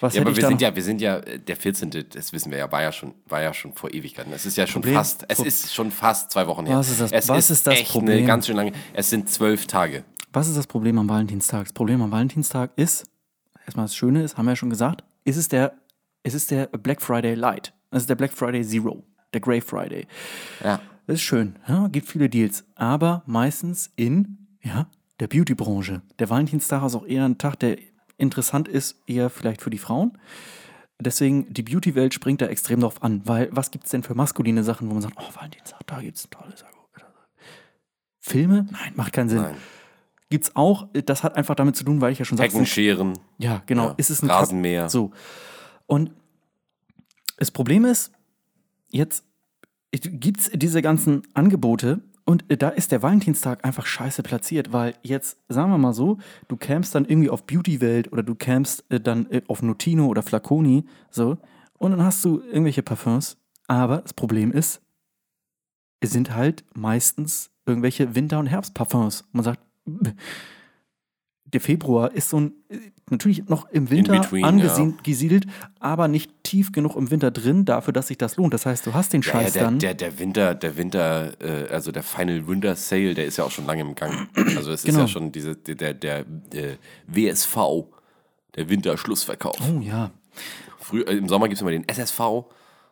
Was Ja, hätte aber ich wir da sind noch ja, wir sind ja, äh, der 14. Das wissen wir ja, war ja schon, war ja schon vor Ewigkeiten. Es ist ja schon Problem- fast, es Pro- ist schon fast zwei Wochen her. Was ist das- es was ist das echt Eine Problem? ganz schön lange. Es sind zwölf Tage. Was ist das Problem am Valentinstag? Das Problem am Valentinstag ist, erstmal das Schöne ist, haben wir ja schon gesagt, ist es der, ist es ist der Black Friday Light. Das ist der Black Friday Zero, der Grey Friday. Ja. Das ist schön, ja, gibt viele Deals, aber meistens in ja, der Beauty-Branche. Der Valentinstag ist auch eher ein Tag, der interessant ist, eher vielleicht für die Frauen. Deswegen, die Beauty-Welt springt da extrem drauf an, weil was gibt es denn für maskuline Sachen, wo man sagt, oh, Valentinstag, da gibt es ein tolles Angebot. Filme? Nein, macht keinen Sinn. Nein. Gibt's auch, das hat einfach damit zu tun, weil ich ja schon sagte, Heckenscheren. ja, genau, Ja, ist es ein Rasenmäher. Kap- So. Und Das Problem ist, jetzt gibt es diese ganzen Angebote und äh, da ist der Valentinstag einfach scheiße platziert, weil jetzt, sagen wir mal so, du campst dann irgendwie auf Beautywelt oder du campst äh, dann äh, auf Notino oder Flaconi, so, und dann hast du irgendwelche Parfums, aber das Problem ist, es sind halt meistens irgendwelche Winter- und Herbstparfums. Man sagt, der Februar ist so ein, äh, natürlich noch im Winter between, angesiedelt, aber nicht tief genug im Winter drin, dafür, dass sich das lohnt. Das heißt, du hast den Ja, ja, Scheiß der, dann. der, der Winter, der Winter, äh, also der Final Winter Sale, der ist ja auch schon lange im Gang. Also es ist Genau. ja schon diese, der, der, der, äh, WSV, der Winterschlussverkauf. oh ja. Früher, äh, Im Sommer gibt es immer den SSV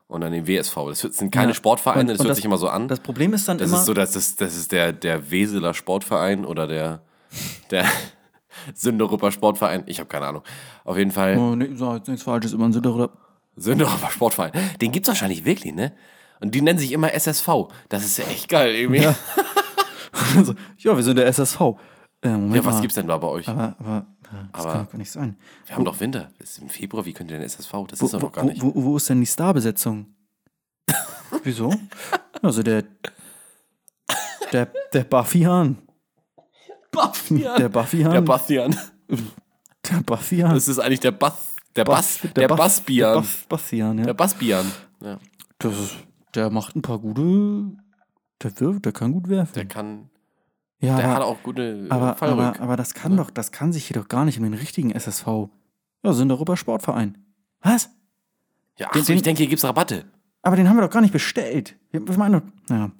und dann den WSV. Das wird- sind keine Ja. Sportvereine, Und- das und hört sich immer so an. Das Problem ist dann Das immer, ist so, dass das, das ist der, der Weseler Sportverein oder der, der Sünderupper Sportverein. Ich habe keine Ahnung. Auf jeden Fall oh, nee, so, nichts Falsches über den Sünder oder Sünderupper Sportverein. Den gibt's wahrscheinlich wirklich, ne? Und die nennen sich immer SSV. Das ist ja echt geil irgendwie. Ja, so, ja, wir sind der SSV. Äh, Moment was mal. gibt's denn da bei euch? Aber, aber äh, das kann doch gar nicht sein. Wir haben doch Winter. Es ist im Februar. Wie könnt ihr denn SSV? Das ist doch Wo, noch gar nicht. wo, wo ist denn die Starbesetzung? Wieso? Also der der, der Buffy Hahn. Bastian. Der Buffy Der Hahn. Bastian. Der Buffy Hahn. Das ist eigentlich der Bass. Der Bass. Der Buff- Der Bastian. Buff- Bastian, Der ja. Bastian. Ja. Das ist, der macht ein paar gute. Der wirft, der kann gut werfen. Der kann. ja, Der aber- hat auch gute äh, Aber, Fallrück. aber, aber das kann doch, das kann sich jedoch gar nicht um den richtigen SSV. Ja, sind darüber Sportverein. Was? Ja, Den- ach so, ich den- denke, hier gibt's Rabatte. Aber den haben wir doch gar nicht bestellt. Wir- Ich meine, ja.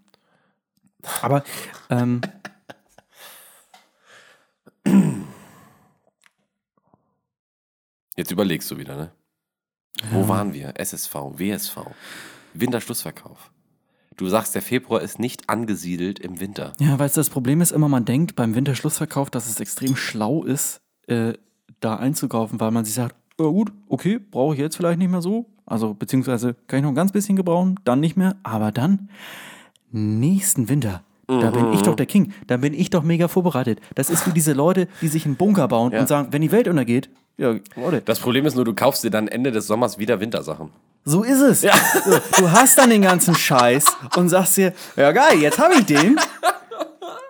Aber ähm, Jetzt überlegst du wieder, ne? Wo waren wir? SSV, WSV, Winterschlussverkauf. Du sagst, der Februar ist nicht angesiedelt im Winter. ja, weil das Problem ist immer, man denkt beim Winterschlussverkauf, dass es extrem schlau ist, äh, da einzukaufen, weil man sich sagt, ja gut, okay, brauche ich jetzt vielleicht nicht mehr so. Also beziehungsweise kann ich noch ein ganz bisschen gebrauchen, dann nicht mehr. Aber dann nächsten Winter. Da bin ich doch der King. Da bin ich doch mega vorbereitet. Das ist wie diese Leute, die sich einen Bunker bauen Ja. und sagen, wenn die Welt untergeht, ja, Leute, Das Problem ist nur, du kaufst dir dann Ende des Sommers wieder Wintersachen. So ist es. So, Du hast dann den ganzen Scheiß und sagst dir, ja geil, jetzt habe ich den.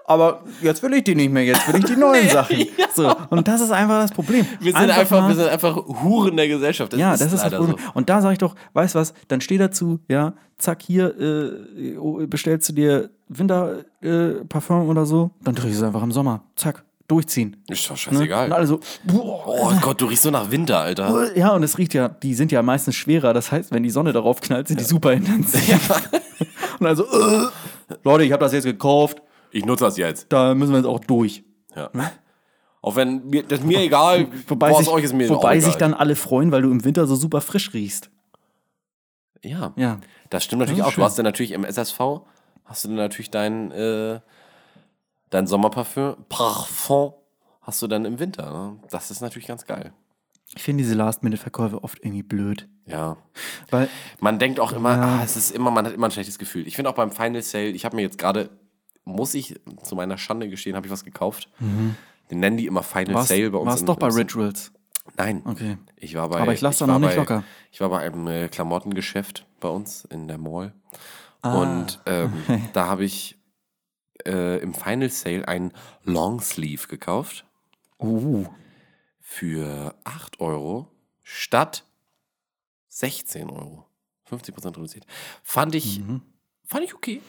Aber jetzt will ich den nicht mehr, jetzt will ich die neuen Sachen. So, und das ist einfach das Problem. Wir sind einfach, mal- wir sind einfach Huren der Gesellschaft. ja, das ist das leider Problem. so. Und da sage ich doch, weißt was, dann steh dazu, ja, zack, hier äh, oh, bestellst du dir Winterparfum äh, Parfum oder so, dann tue ich es einfach im Sommer. Zack, durchziehen. Ist doch Ne? scheißegal. Und alle so, boah, Oh Gott, du riechst so nach Winter, Alter. ja, und es riecht ja, die sind ja meistens schwerer. Das heißt, wenn die Sonne darauf knallt, sind die super intensiv. Und also, äh, Leute, ich habe das jetzt gekauft, Ich nutze das jetzt. da müssen wir jetzt auch durch. Ja. Auch wenn mir, das ist mir egal, Ne? Wobei, boah, sich, ist euch ist mir auch wobei egal. sich dann alle freuen, weil du im Winter so super frisch riechst. Ja. Ja. Das stimmt natürlich Das auch. ist Ah, schön. Du hast dann natürlich im SSV, hast du dann natürlich dein, äh, dein Sommerparfüm, Parfum, hast du dann im Winter. Ne? Das ist natürlich ganz geil. Ich finde diese Last-Minute-Verkäufe oft irgendwie blöd. Ja. Weil, Man denkt auch immer, Ja. ah, es ist immer, man hat immer ein schlechtes Gefühl. Ich finde auch beim Final Sale, ich habe mir jetzt gerade, muss ich zu meiner Schande gestehen, habe ich was gekauft. Den nennen die immer Final warst, Sale bei uns. warst in- Mhm. doch bei in- Rituals. Nein. Okay. Ich war bei, Aber ich lass da war noch nicht bei, locker. Ich war bei einem äh, Klamottengeschäft bei uns in der Mall. Ah. Und ähm, da habe ich äh, im Final Sale einen Longsleeve gekauft Uh, für 8 Euro statt 16 Euro. 50% reduziert. Fand ich, Hm. fand ich okay.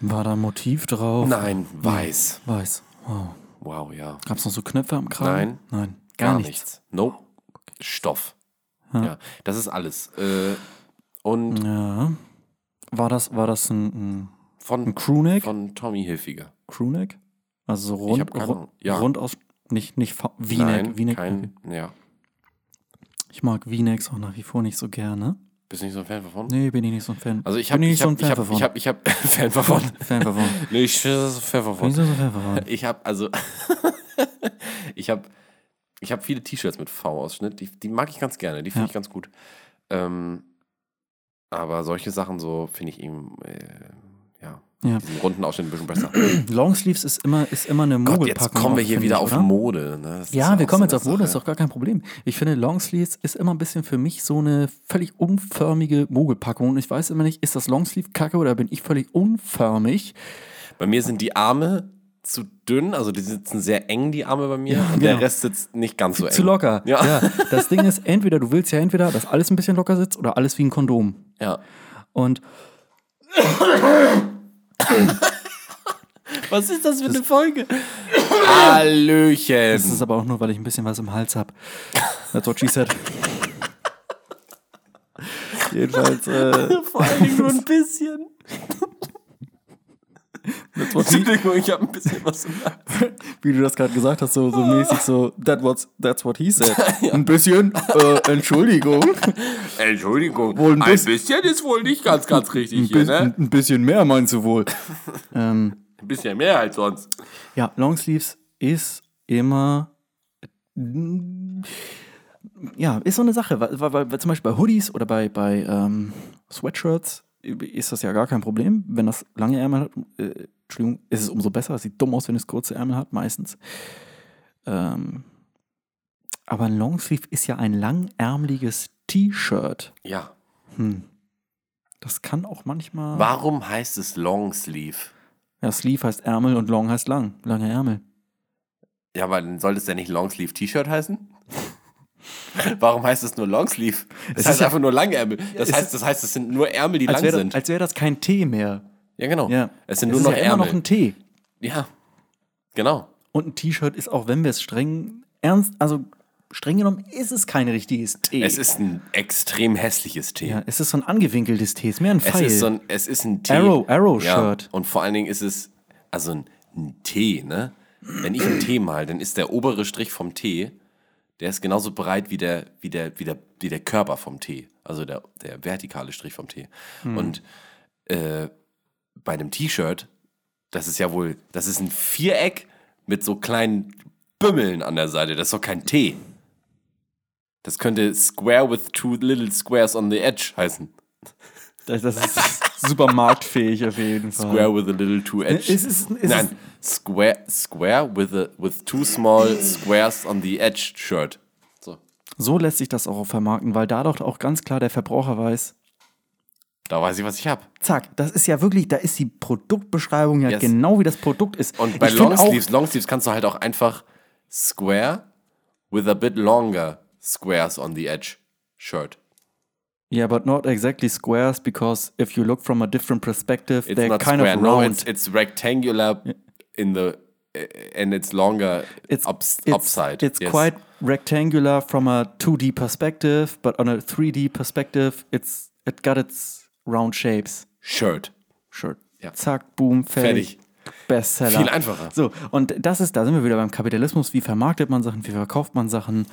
Mhm. war da ein Motiv drauf? Nein, weiß. Weiß. Wow. Wow, ja. Gab's noch so Knöpfe am Kragen? Nein. Nein, gar, nichts. Nope. Stoff. Ja, das ist alles. Äh, Hm. und Ja. War das, war das ein, ein von, Ein Crewneck? von Tommy Hilfiger. Crewneck? Also so rund, hab keine ru- Ahnung. Ja. rund aus. Nicht, nicht fa- V-Neck. Nein, V-Neck, okay. kein, ja. Ich mag V-Necks auch nach wie vor nicht so gerne. Bist du nicht so ein Fan davon? Nee, bin ich nicht so ein Fan. Also ich bin habe, ich ich nicht so habe, ein ich Fan habe, davon. ich habe, ich habe Fan davon. Fan davon. Bin Nee, ich bin so ein Fan ich davon. so ein Fan davon. Ich habe also, ich habe, ich habe viele T-Shirts mit V-Ausschnitt. Die, die mag ich ganz gerne. Die finde Ja. ich ganz gut. Ähm, aber solche Sachen so finde ich eben, äh, ja, Ja. Diesen runden Ausschnitt ein bisschen besser. Longsleeves ist immer, ist immer eine Mogelpackung. Gott, jetzt kommen wir auch, hier finde wieder ich, auf oder? Mode. Ne? Das ist Ja, wir auch kommen so eine jetzt auf Mode, das ist Sache. doch gar kein Problem. Ich finde, Longsleeves ist immer ein bisschen für mich so eine völlig unförmige Mogelpackung. Und ich weiß immer nicht, ist das Longsleeve kacke oder bin ich völlig unförmig? Bei mir sind die Arme zu dünn, also die sitzen sehr eng, die Arme bei mir. Ja, und der genau. Rest sitzt nicht ganz so eng. Zu locker. Ja. Das Ding ist, entweder du willst ja entweder, dass alles ein bisschen locker sitzt oder alles wie ein Kondom. Ja. Und Was ist das für eine Folge? Hallöchen. das ist aber auch nur, weil ich ein bisschen was im Hals habe. That's what she said. Jedenfalls, äh, Vor allen Dingen nur ein bisschen. that's what she, Entschuldigung, ich habe ein bisschen was im Nacken. wie du das gerade gesagt hast, so, so mäßig so, that was, that's what he said. Ein bisschen, äh, Entschuldigung, Entschuldigung, Wohl ein ein bisschen. bisschen ist wohl nicht ganz, ganz richtig ein, hier, bis, ne? ein, ein bisschen mehr meinst du wohl. ähm, Ein bisschen mehr als sonst. ja, Longsleeves ist immer, ja, ist so eine Sache, weil, weil, weil zum Beispiel bei Hoodies oder bei, bei ähm, Sweatshirts ist das ja gar kein Problem, wenn das lange Ärmel hat, äh, Entschuldigung, ist es umso besser, es sieht dumm aus, wenn es kurze Ärmel hat, meistens. Ähm, aber ein Longsleeve ist ja ein langärmeliges T-Shirt. Ja. Hm. Das kann auch manchmal. Warum heißt es Longsleeve? Ja, Sleeve heißt Ärmel und Long heißt lang. Lange Ärmel. Ja, aber dann sollte es ja nicht Longsleeve T-Shirt heißen? Warum heißt es nur Longsleeve? Es ist heißt ja- einfach nur Langärmel. Das es heißt, das heißt, es sind nur Ärmel, die Als lang wäre sind. das, als wär das kein T mehr. ja, genau. Ja. Es sind nur Es ist noch ja immer Ärmel. noch ein T. ja. Genau. Und ein T-Shirt ist auch, wenn wir es streng ernst, also streng genommen ist es kein richtiges T. Es ist ein extrem hässliches T. ja, es ist so ein angewinkeltes T, es ist mehr ein Es Pfeil. ist so ein, es ist ein T. Arrow- Arrow-Shirt. Ja. Und vor allen Dingen ist es, also ein, ein T, ne? Wenn ich ein T mal, dann ist der obere Strich vom T, der ist genauso breit wie der, wie der, wie der, wie der Körper vom T. Also der, der vertikale Strich vom T. Hm. Und äh, bei einem T-Shirt, das ist ja wohl, das ist ein Viereck mit so kleinen Bümmeln an der Seite. Das ist doch kein T. Das könnte Square with two little squares on the edge heißen. das, das ist super marktfähig auf jeden Fall. Square with a little two edge. Äh, Ist es- ist Nein, square, square with a, with two small squares on the edge shirt. So, So lässt sich das auch vermarkten, weil dadurch auch ganz klar der Verbraucher weiß, da weiß ich, was ich hab. zack, das ist ja wirklich, da ist die Produktbeschreibung ja Yes. genau wie das Produkt ist. Und bei Ich find auch- Longsleeves, Longsleeves kannst du halt auch einfach square with a bit longer squares on the edge shirt. Yeah, but not exactly squares, because if you look from a different perspective, It's they're not kind square, of no, round. it's, it's rectangular in the eh, and it's longer ups, upside. It's yes. quite rectangular from a 2D perspective, but on a 3D perspective, it's it got its round shapes. shirt. Sure. Ja. Zack, boom, fertig. Fertig. Bestseller. Viel einfacher. So, und das ist, da sind wir wieder beim Kapitalismus. Wie vermarktet man Sachen? Wie verkauft man Sachen?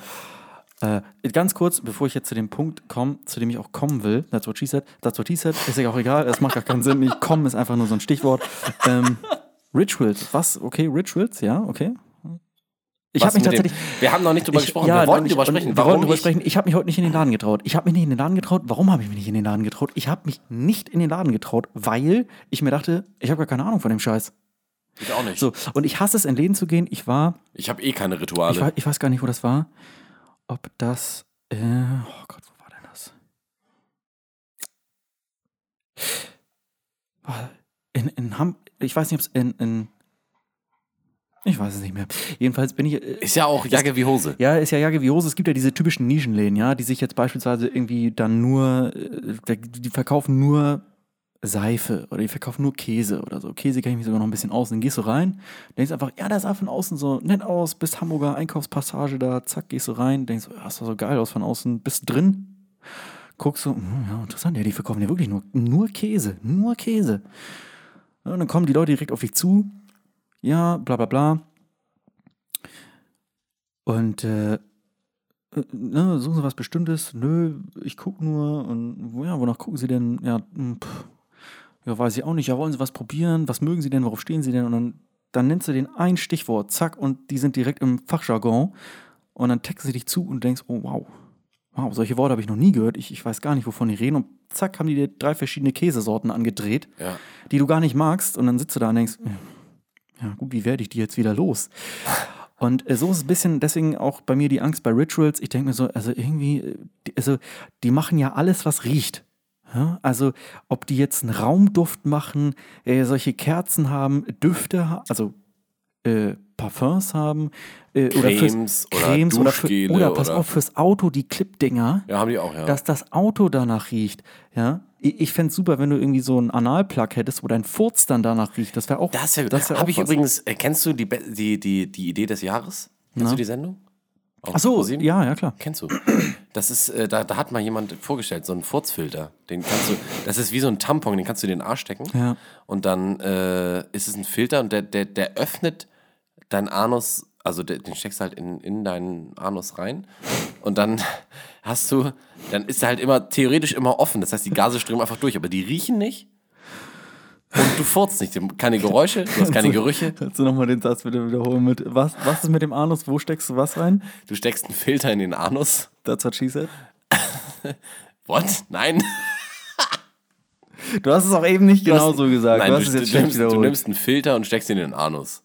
Äh, ganz kurz, bevor ich jetzt zu dem Punkt komme, zu dem ich auch kommen will, that's what she said, that's what he said, ist ja auch egal, es macht gar keinen Sinn, ich komme ist einfach nur so ein Stichwort. Ähm, Rituals, was? Okay, Rituals, ja, okay. Ich Was habe mich mit dem- tatsächlich. wir haben noch nicht drüber Ich- gesprochen. ja, wir wollten und ich- drüber und sprechen. Wir Warum wollten drüber ich- sprechen. Ich habe mich heute nicht in den Laden getraut. Ich habe mich nicht in den Laden getraut. Warum habe ich mich nicht in den Laden getraut? Ich habe mich nicht in den Laden getraut, weil ich mir dachte, ich habe gar keine Ahnung von dem Scheiß. Ich auch nicht. So, und ich hasse es, in Läden zu gehen. Ich war, Ich habe eh keine ich, Rituale. war, ich weiß gar nicht, wo das war. Ob das, äh, oh Gott, wo war denn das? War In, in Ham, ich weiß nicht, ob es in, in, ich weiß es nicht mehr. Jedenfalls bin ich, äh, Ist ja auch Jacke wie Hose. ja, ist ja Jacke wie Hose. Es gibt ja diese typischen Nischenläden, ja, die sich jetzt beispielsweise irgendwie dann nur, äh, die verkaufen nur Seife oder die verkaufen nur Käse oder so. Käse kenne ich mich sogar noch ein bisschen aus. Dann gehst du rein, denkst einfach, ja, das sah von außen so nett aus, bis Hamburger Einkaufspassage da, zack, gehst du rein, denkst, ja, das sah so geil aus von außen, bist drin, guckst du, hm, ja, interessant, ja, die verkaufen ja wirklich nur, nur Käse, nur Käse. Ja, und dann kommen die Leute direkt auf dich zu, ja, bla bla bla. Und äh, äh, ne, suchen sie was Bestimmtes? Nö, ich guck nur und wo- ja, wonach gucken sie denn? Ja, hm, pff, ja, weiß ich auch nicht. Ja, wollen sie was probieren? Was mögen sie denn? Worauf stehen sie denn? Und dann, dann nennst du den ein Stichwort, zack, und die sind direkt im Fachjargon. Und dann texten sie dich zu und du denkst, oh wow, wow, solche Worte habe ich noch nie gehört. Ich, ich weiß gar nicht, wovon die reden. Und zack, haben die dir drei verschiedene Käsesorten angedreht, Ja. die du gar nicht magst. Und dann sitzt du da und denkst, ja gut, wie werde ich die jetzt wieder los? Und äh, so ist es ein bisschen, deswegen auch bei mir die Angst bei Rituals. Ich denke mir so, also irgendwie, äh, die- also die machen ja alles, was riecht. Ja? Also ob die jetzt einen Raumduft machen, äh, solche Kerzen haben, Düfte, ha- also äh, Parfums haben. Äh, Cremes oder oder fürs, Cremes oder, für, Duschgele oder pass oder- auf, fürs Auto die Clip-Dinger Ja, haben die auch, ja. dass das Auto danach riecht. Ja? Ich, ich fände es super, wenn du irgendwie so einen Analplug hättest, wo dein Furz dann danach riecht. Das wäre auch. Das, ja, wär habe ich was. übrigens, äh, kennst du die, Be- die, die, die Idee des Jahres? Kennst du die Sendung? Ach so, ja. ja, ja, klar. Kennst du? Das ist, äh, da, da hat mal jemand vorgestellt, so einen Furzfilter. Den kannst du, das ist wie so ein Tampon, den kannst du in den Arsch stecken. Ja. Und dann äh, ist es ein Filter und der, der, der öffnet deinen Anus, also der, den steckst du halt in, in deinen Anus rein. Und dann hast du, dann ist er halt immer theoretisch immer offen. Das heißt, die Gase strömen einfach durch, aber die riechen nicht. Und du furzt nicht. Keine Geräusche, du hast keine Gerüche. Kannst du nochmal den Satz bitte wiederholen mit was, was ist mit dem Anus? Wo steckst du was rein? Du steckst einen Filter in den Anus. That's what she said. What? Nein. Du hast es auch eben nicht Du hast- genau so gesagt. Nein, du hast es jetzt schlecht nimmst, du wiederholt. nimmst einen Filter und steckst ihn in den Anus.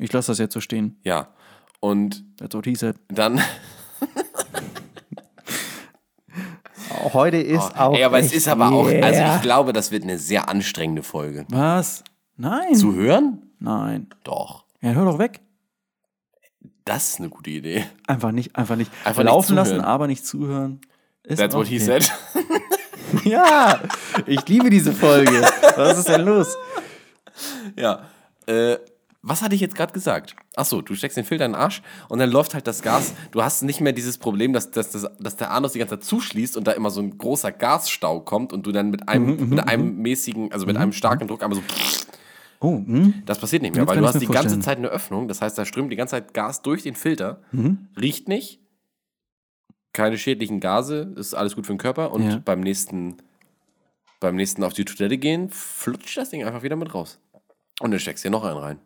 Ich lasse das jetzt so stehen. Ja. Und That's what he said. dann. Heute ist auch. Oh, ey, aber es echt- ist aber auch. Also Yeah. ich glaube, das wird eine sehr anstrengende Folge. was? Nein. Zu hören? Nein. Doch. Ja, hör doch weg. Das ist eine gute Idee. Einfach nicht, einfach nicht. Einfach nicht laufen lassen, zuhören. aber nicht zuhören. Ist That's what he okay. said. Ja, ich liebe diese Folge. Was ist denn los? ja. Äh, was hatte ich jetzt gerade gesagt? Achso, du steckst den Filter in den Arsch und dann läuft halt das Gas. Du hast nicht mehr dieses Problem, dass, dass, dass, dass der Anus die ganze Zeit zuschließt und da immer so ein großer Gasstau kommt und du dann mit einem, Mhm, mit einem mäßigen, also mit einem starken Druck einmal so. Oh, hm? Das passiert nicht mehr, Jetzt weil kann du ich's hast mir die ganze vorstellen. Zeit eine Öffnung. Das heißt, da strömt die ganze Zeit Gas durch den Filter, Mhm. riecht nicht, keine schädlichen Gase, ist alles gut für den Körper. Und Ja. beim nächsten, beim nächsten auf die Toilette gehen, flutscht das Ding einfach wieder mit raus. Und dann steckst du dir noch einen rein.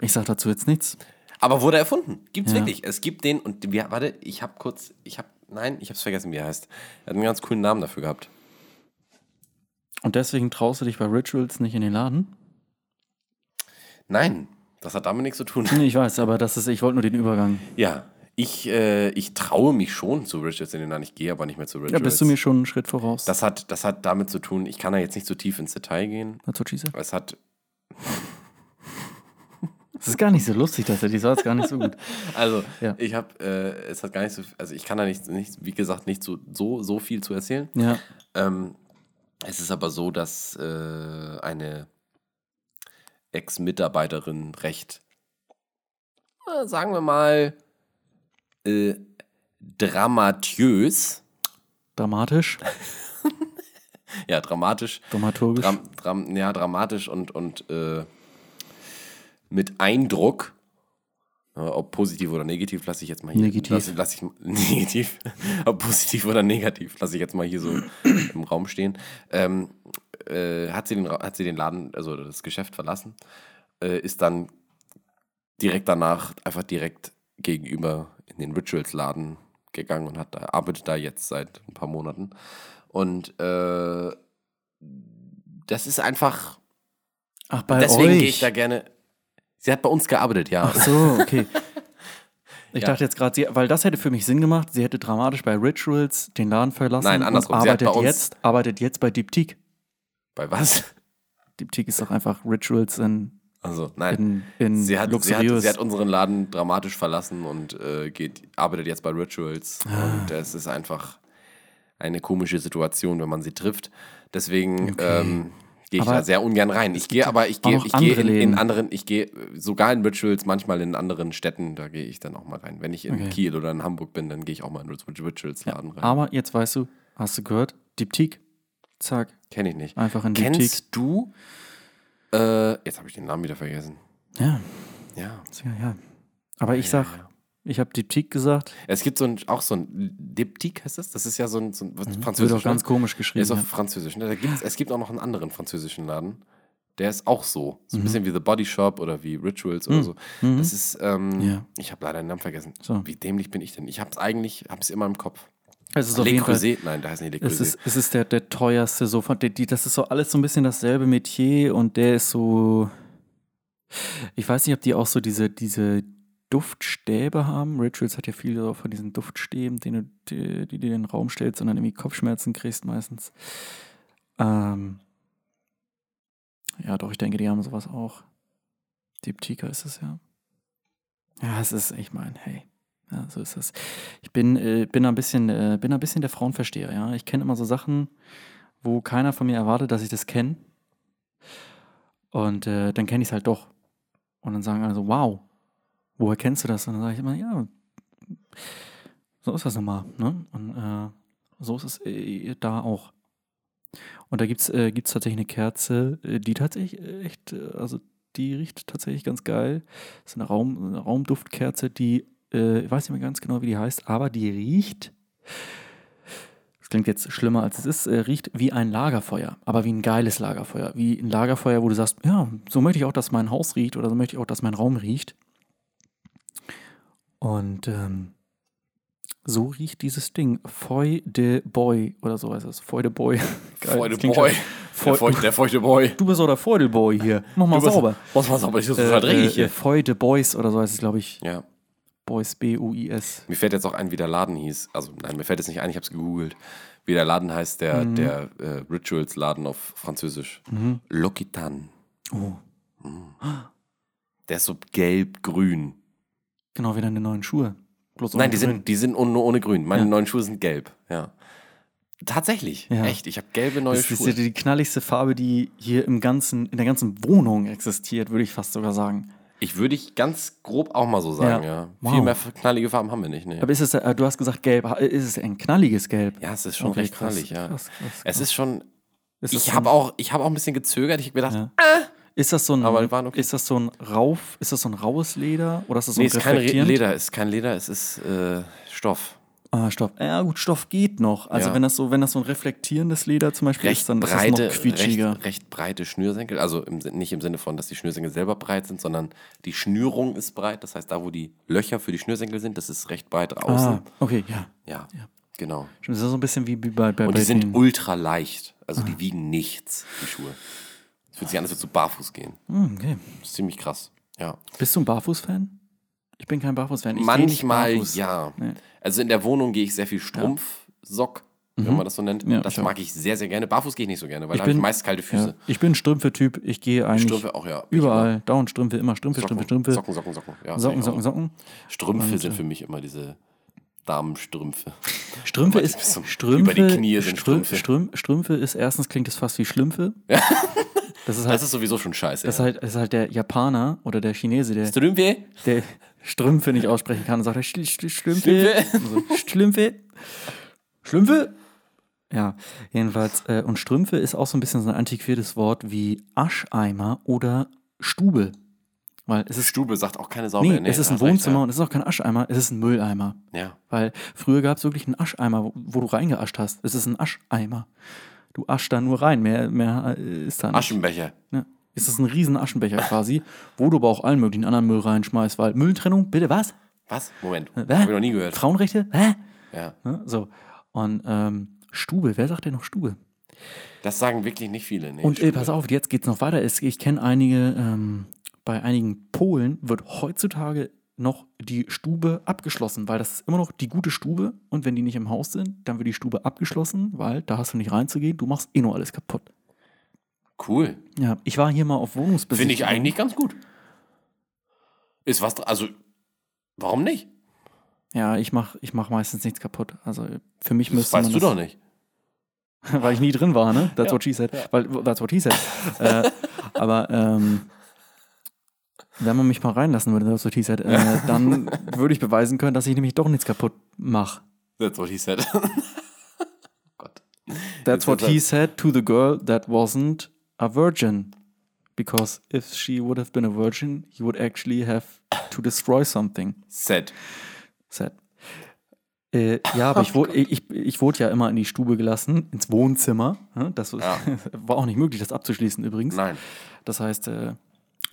ich sag dazu jetzt nichts. Aber wurde erfunden. Gibt's Ja. wirklich. Es gibt den und wir, warte, ich hab kurz, ich hab, nein, ich hab's vergessen, wie er heißt. Er hat einen ganz coolen Namen dafür gehabt. Und deswegen traust du dich bei Rituals nicht in den Laden? Nein, das hat damit nichts zu tun. Nee, Ich weiß, aber das ist, ich wollte nur den Übergang. Ja, ich, äh, ich traue mich schon zu Richards in den Namen. Ich gehe aber nicht mehr zu Richards. Ja, bist du mir schon einen Schritt voraus? Das hat, das hat damit zu tun, ich kann da jetzt nicht so tief ins Detail gehen. That's what she said. aber Es hat, Das ist gar nicht so lustig, dass er die war jetzt gar nicht so gut. also Ja. ich habe, äh, es hat gar nicht so, also ich kann da nicht, nicht wie gesagt, nicht so, so, so viel zu erzählen. Ja. Ähm, es ist aber so, dass äh, eine Ex-Mitarbeiterin recht, äh, sagen wir mal, äh, dramatiös, Dramatisch, ja, dramatisch, dramaturgisch. dram, dram, ja, dramatisch und, und äh, mit Eindruck. Äh, ob positiv oder negativ, lasse ich jetzt mal hier. Negativ. Lass, lass ich, negativ. ob positiv oder negativ, lasse ich jetzt mal hier so im Raum stehen. Ähm, äh, hat, sie den, Ra- hat sie den Laden, also das Geschäft verlassen, äh, ist dann direkt danach einfach direkt gegenüber in den Rituals-Laden gegangen und hat da, arbeitet da jetzt seit ein paar Monaten. Und äh, das ist einfach. Ach, bei deswegen euch. gehe ich da gerne. Sie hat bei uns gearbeitet, ja. Ach so, okay. Ich Ja. dachte jetzt gerade, sie- weil das hätte für mich Sinn gemacht, sie hätte dramatisch bei Rituals den Laden verlassen Nein, andersrum. und Sie hat bei arbeitet uns- jetzt, arbeitet jetzt bei Diptyque. Bei was? Diptyque ist doch einfach Rituals in, Also, nein. in, in Sie hat, sie, hat, luxuriös. sie hat unseren Laden dramatisch verlassen und äh, geht, arbeitet jetzt bei Rituals. Ah. Und es ist einfach eine komische Situation, wenn man sie trifft. Deswegen ähm, gehe ich Aber da sehr ungern rein. Ich gehe aber, ich auch gehe noch ich gehe andere in, in Läden. anderen, ich gehe äh, sogar in Rituals, manchmal in anderen Städten, da gehe ich dann auch mal rein. Wenn ich in Kiel oder in Hamburg bin, dann gehe ich auch mal in Rituals-Laden rein. Aber jetzt weißt du, hast du gehört? Diptyque. Zack. Kenne ich nicht. Einfach in Diptyque. Kennst du? Äh, jetzt habe ich den Namen wieder vergessen. Ja, Ja. ist ja, ja. Aber ich sag, ich habe Diptyque gesagt. Es gibt so ein, auch so ein Diptyque heißt das? Das ist ja so ein, so ein was, Mhm. Wird französisch. auch ganz ne? komisch Der geschrieben. ist auf Ja. Französisch. Ne? Da gibt's, es gibt auch noch einen anderen französischen Laden. Der ist auch so. Mhm. So ein bisschen wie The Body Shop oder wie Rituals oder so. Das ist, ähm, Ja. ich habe leider den Namen vergessen. So. Wie dämlich bin ich denn? Ich habe es eigentlich, habe es immer im Kopf. Es ist auf Le jeden Fall Creuset, nein, da heißen die Le Es Creuset. ist, es ist der, der teuerste so von die, die, das ist so alles so ein bisschen dasselbe Metier und der ist so. Ich weiß nicht, ob die auch so diese, diese Duftstäbe haben. Rituals hat ja viel so von diesen Duftstäben, die du, die, die du in den Raum stellst und dann irgendwie Kopfschmerzen kriegst meistens. Ähm ja, doch, ich denke, die haben sowas auch. Diptyka ist es ja. Ja, es ist, ich meine, hey. Ja, so ist es. Ich bin, äh, bin, ein bisschen, äh, bin ein bisschen der Frauenversteher, ja. Ich kenne immer so Sachen, wo keiner von mir erwartet, dass ich das kenne. Und äh, dann kenne ich es halt doch. Und dann sagen alle so, wow, woher kennst du das? Und dann sage ich immer, ja, so ist das nun mal. Ne? Und äh, so ist es äh, da auch. Und da gibt es äh, gibt's tatsächlich eine Kerze, äh, die tatsächlich äh, echt, äh, also die riecht tatsächlich ganz geil. Das ist eine, Raum, eine Raumduftkerze, die äh, ich weiß nicht mehr ganz genau, wie die heißt, aber die riecht. Das klingt jetzt schlimmer als es ist, äh, riecht wie ein Lagerfeuer, aber wie ein geiles Lagerfeuer. Wie ein Lagerfeuer, wo du sagst, ja, so möchte ich auch, dass mein Haus riecht oder so möchte ich auch, dass mein Raum riecht. Und ähm, so riecht dieses Ding. Feu de Boy oder so heißt es. Feu de Boy. Geil, Feude das klingt Boy. schon- Der Feu, feuchte, der feuchte Boy. du bist doch der Feudelboy hier. Mach mal Du bist- sauber. Was war's aber? Ich das verdränge ich äh, hier. Feu de Boys oder so heißt es, glaube ich. Ja. Boys, B-U-I-S. Mir fällt jetzt auch ein, wie der Laden hieß. Also nein, mir fällt es nicht ein, ich habe es gegoogelt. Wie der Laden heißt, der, Mhm. der äh, Rituals-Laden auf Französisch. L'Occitane. Oh, Der ist so gelb-grün. Genau wie deine neuen Schuhe. Bloß Nein, ohne die Grün. sind, die sind ohne, ohne grün. Meine Ja. neuen Schuhe sind gelb. Ja. Tatsächlich. Ja. Echt. Ich habe gelbe neue Das ist Schuhe. die, die knalligste Farbe, die hier im ganzen, in der ganzen Wohnung existiert, würde ich fast sogar sagen. Ich würde ich ganz grob auch mal so sagen, ja. Ja. Viel Wow. mehr knallige Farben haben wir nicht. Nee. Aber ist es, äh, du hast gesagt gelb, äh, ist es ein knalliges Gelb? Ja, es ist schon Okay, recht krass, knallig, ja. krass, krass, Es ist schon. Ist das ich so habe ein- auch, ich hab auch ein bisschen gezögert. Ich habe gedacht, Ja. Ist das so ein, Aber die waren okay. ist das so ein rauf, ist das so ein raues Leder oder ist das so nee, ein es ist kein Re- reflektierend? Leder, es ist kein Leder, es ist äh, Stoff. Ah, Stoff. Ja gut, Stoff geht noch. Also Ja. wenn das so, wenn das so ein reflektierendes Leder zum Beispiel Recht ist, dann ist breite, das noch quietschiger. recht, recht breite Schnürsenkel. Also im, Sin- nicht im Sinne von, dass die Schnürsenkel selber breit sind, sondern die Schnürung ist breit. Das heißt, da, wo die Löcher für die Schnürsenkel sind, das ist recht breit außen. ah, okay, ja. Ja, genau. Stimmt, Das ist so ein bisschen wie wie bei, bei, Ah. Und bei die sind den- ultra leicht. Also die wiegen nichts, die Schuhe. Es fühlt sich an, als würdest du barfuß gehen. Hm, okay. Das ist ziemlich krass. Ja. Bist du ein Barfuß-Fan? Ich bin kein Barfuß-Fan. Ich geh nicht Manchmal barfuß. ja. Nee. Also in der Wohnung gehe ich sehr viel Strumpfsock, wenn man das so nennt. Mhm. Ja, das ich auch. mag ich sehr, sehr gerne. Barfuß gehe ich nicht so gerne, weil Ich da habe ich bin- meist kalte Ja. Füße. Ich bin ein Strümpfe-Typ. Ich gehe eigentlich Strümpfe auch, ja. Bin ich überall. Dauernd Strümpfe, immer Strümpfe, Socken, Strümpfe, Strümpfe. Socken, Socken, Socken. Ja, Socken, bin ich auch. Socken, Socken. äh, Strümpfe sind für mich immer diese Damenstrümpfe. Strümpfe Aber die ist bis zum- Strümpfe, über die Knie sind Strüm- Strümpfe. Strüm, Strümpfe ist erstens klingt es fast wie Schlümpfe. Das ist halt, Das ist sowieso schon scheiße. das ist Also, ja. halt, das ist halt der Japaner oder der Chinese, der, Strümpfe? der Strümpfe nicht aussprechen kann und sagt Schl Schl Schlümpfe. Strümpfe? So, Schlümpfe. Schlümpfe. Ja, jedenfalls. Äh, und Strümpfe ist auch so ein bisschen so ein antiquiertes Wort wie Ascheimer oder Stube. Weil es ist, Stube sagt auch keine Sau nee, mehr. es ist da ein hast recht, Wohnzimmer und es ist auch kein Ascheimer, es ist ein Mülleimer. Ja. ja. Weil früher gab es wirklich einen Ascheimer, wo, wo du reingeascht hast. Es ist ein Ascheimer. Du aschst da nur rein, mehr, mehr äh, ist da nicht. Aschenbecher. Ja. Es ist ein riesen Aschenbecher quasi, wo du aber auch allen möglichen anderen Müll reinschmeißt, weil Mülltrennung, bitte was? Was? Moment. Hä? Hab ich noch nie gehört. Frauenrechte? Hä? Ja. Ne? So. Und ähm, Stube, wer sagt denn noch Stube? Das sagen wirklich nicht viele. Nee, Und äh, Stube. pass auf, jetzt geht's noch weiter. Es- Ich kenne einige, ähm, bei einigen Polen wird heutzutage noch die Stube abgeschlossen, weil das ist immer noch die gute Stube und wenn die nicht im Haus sind, dann wird die Stube abgeschlossen, weil da hast du nicht reinzugehen, du machst eh nur alles kaputt. Cool. Ja, ich war hier mal auf Wohnungsbesichtigung. Finde ich eigentlich ganz gut. Ist was, dr- also, warum nicht? Ja, ich mach, ich mach meistens nichts kaputt. Also für mich Das müsste weißt man du das, doch nicht. weil ich nie drin war, ne? That's Ja, what she said. Weil, that's what he said. äh, aber ähm, wenn man mich mal reinlassen würde, that's what he said, äh, dann würde ich beweisen können, dass ich nämlich doch nichts kaputt mache. That's what he said. Oh Gott. Jetzt That's what ist er- he said to the girl that wasn't a virgin. Because if she would have been a virgin, he would actually have to destroy something. Sad. Sad. Äh, ja, aber ich, Oh wurde, ich, ich wurde ja immer in die Stube gelassen, ins Wohnzimmer. ne? Das ist- Ja. war auch nicht möglich, das abzuschließen übrigens. Nein. Das heißt, äh,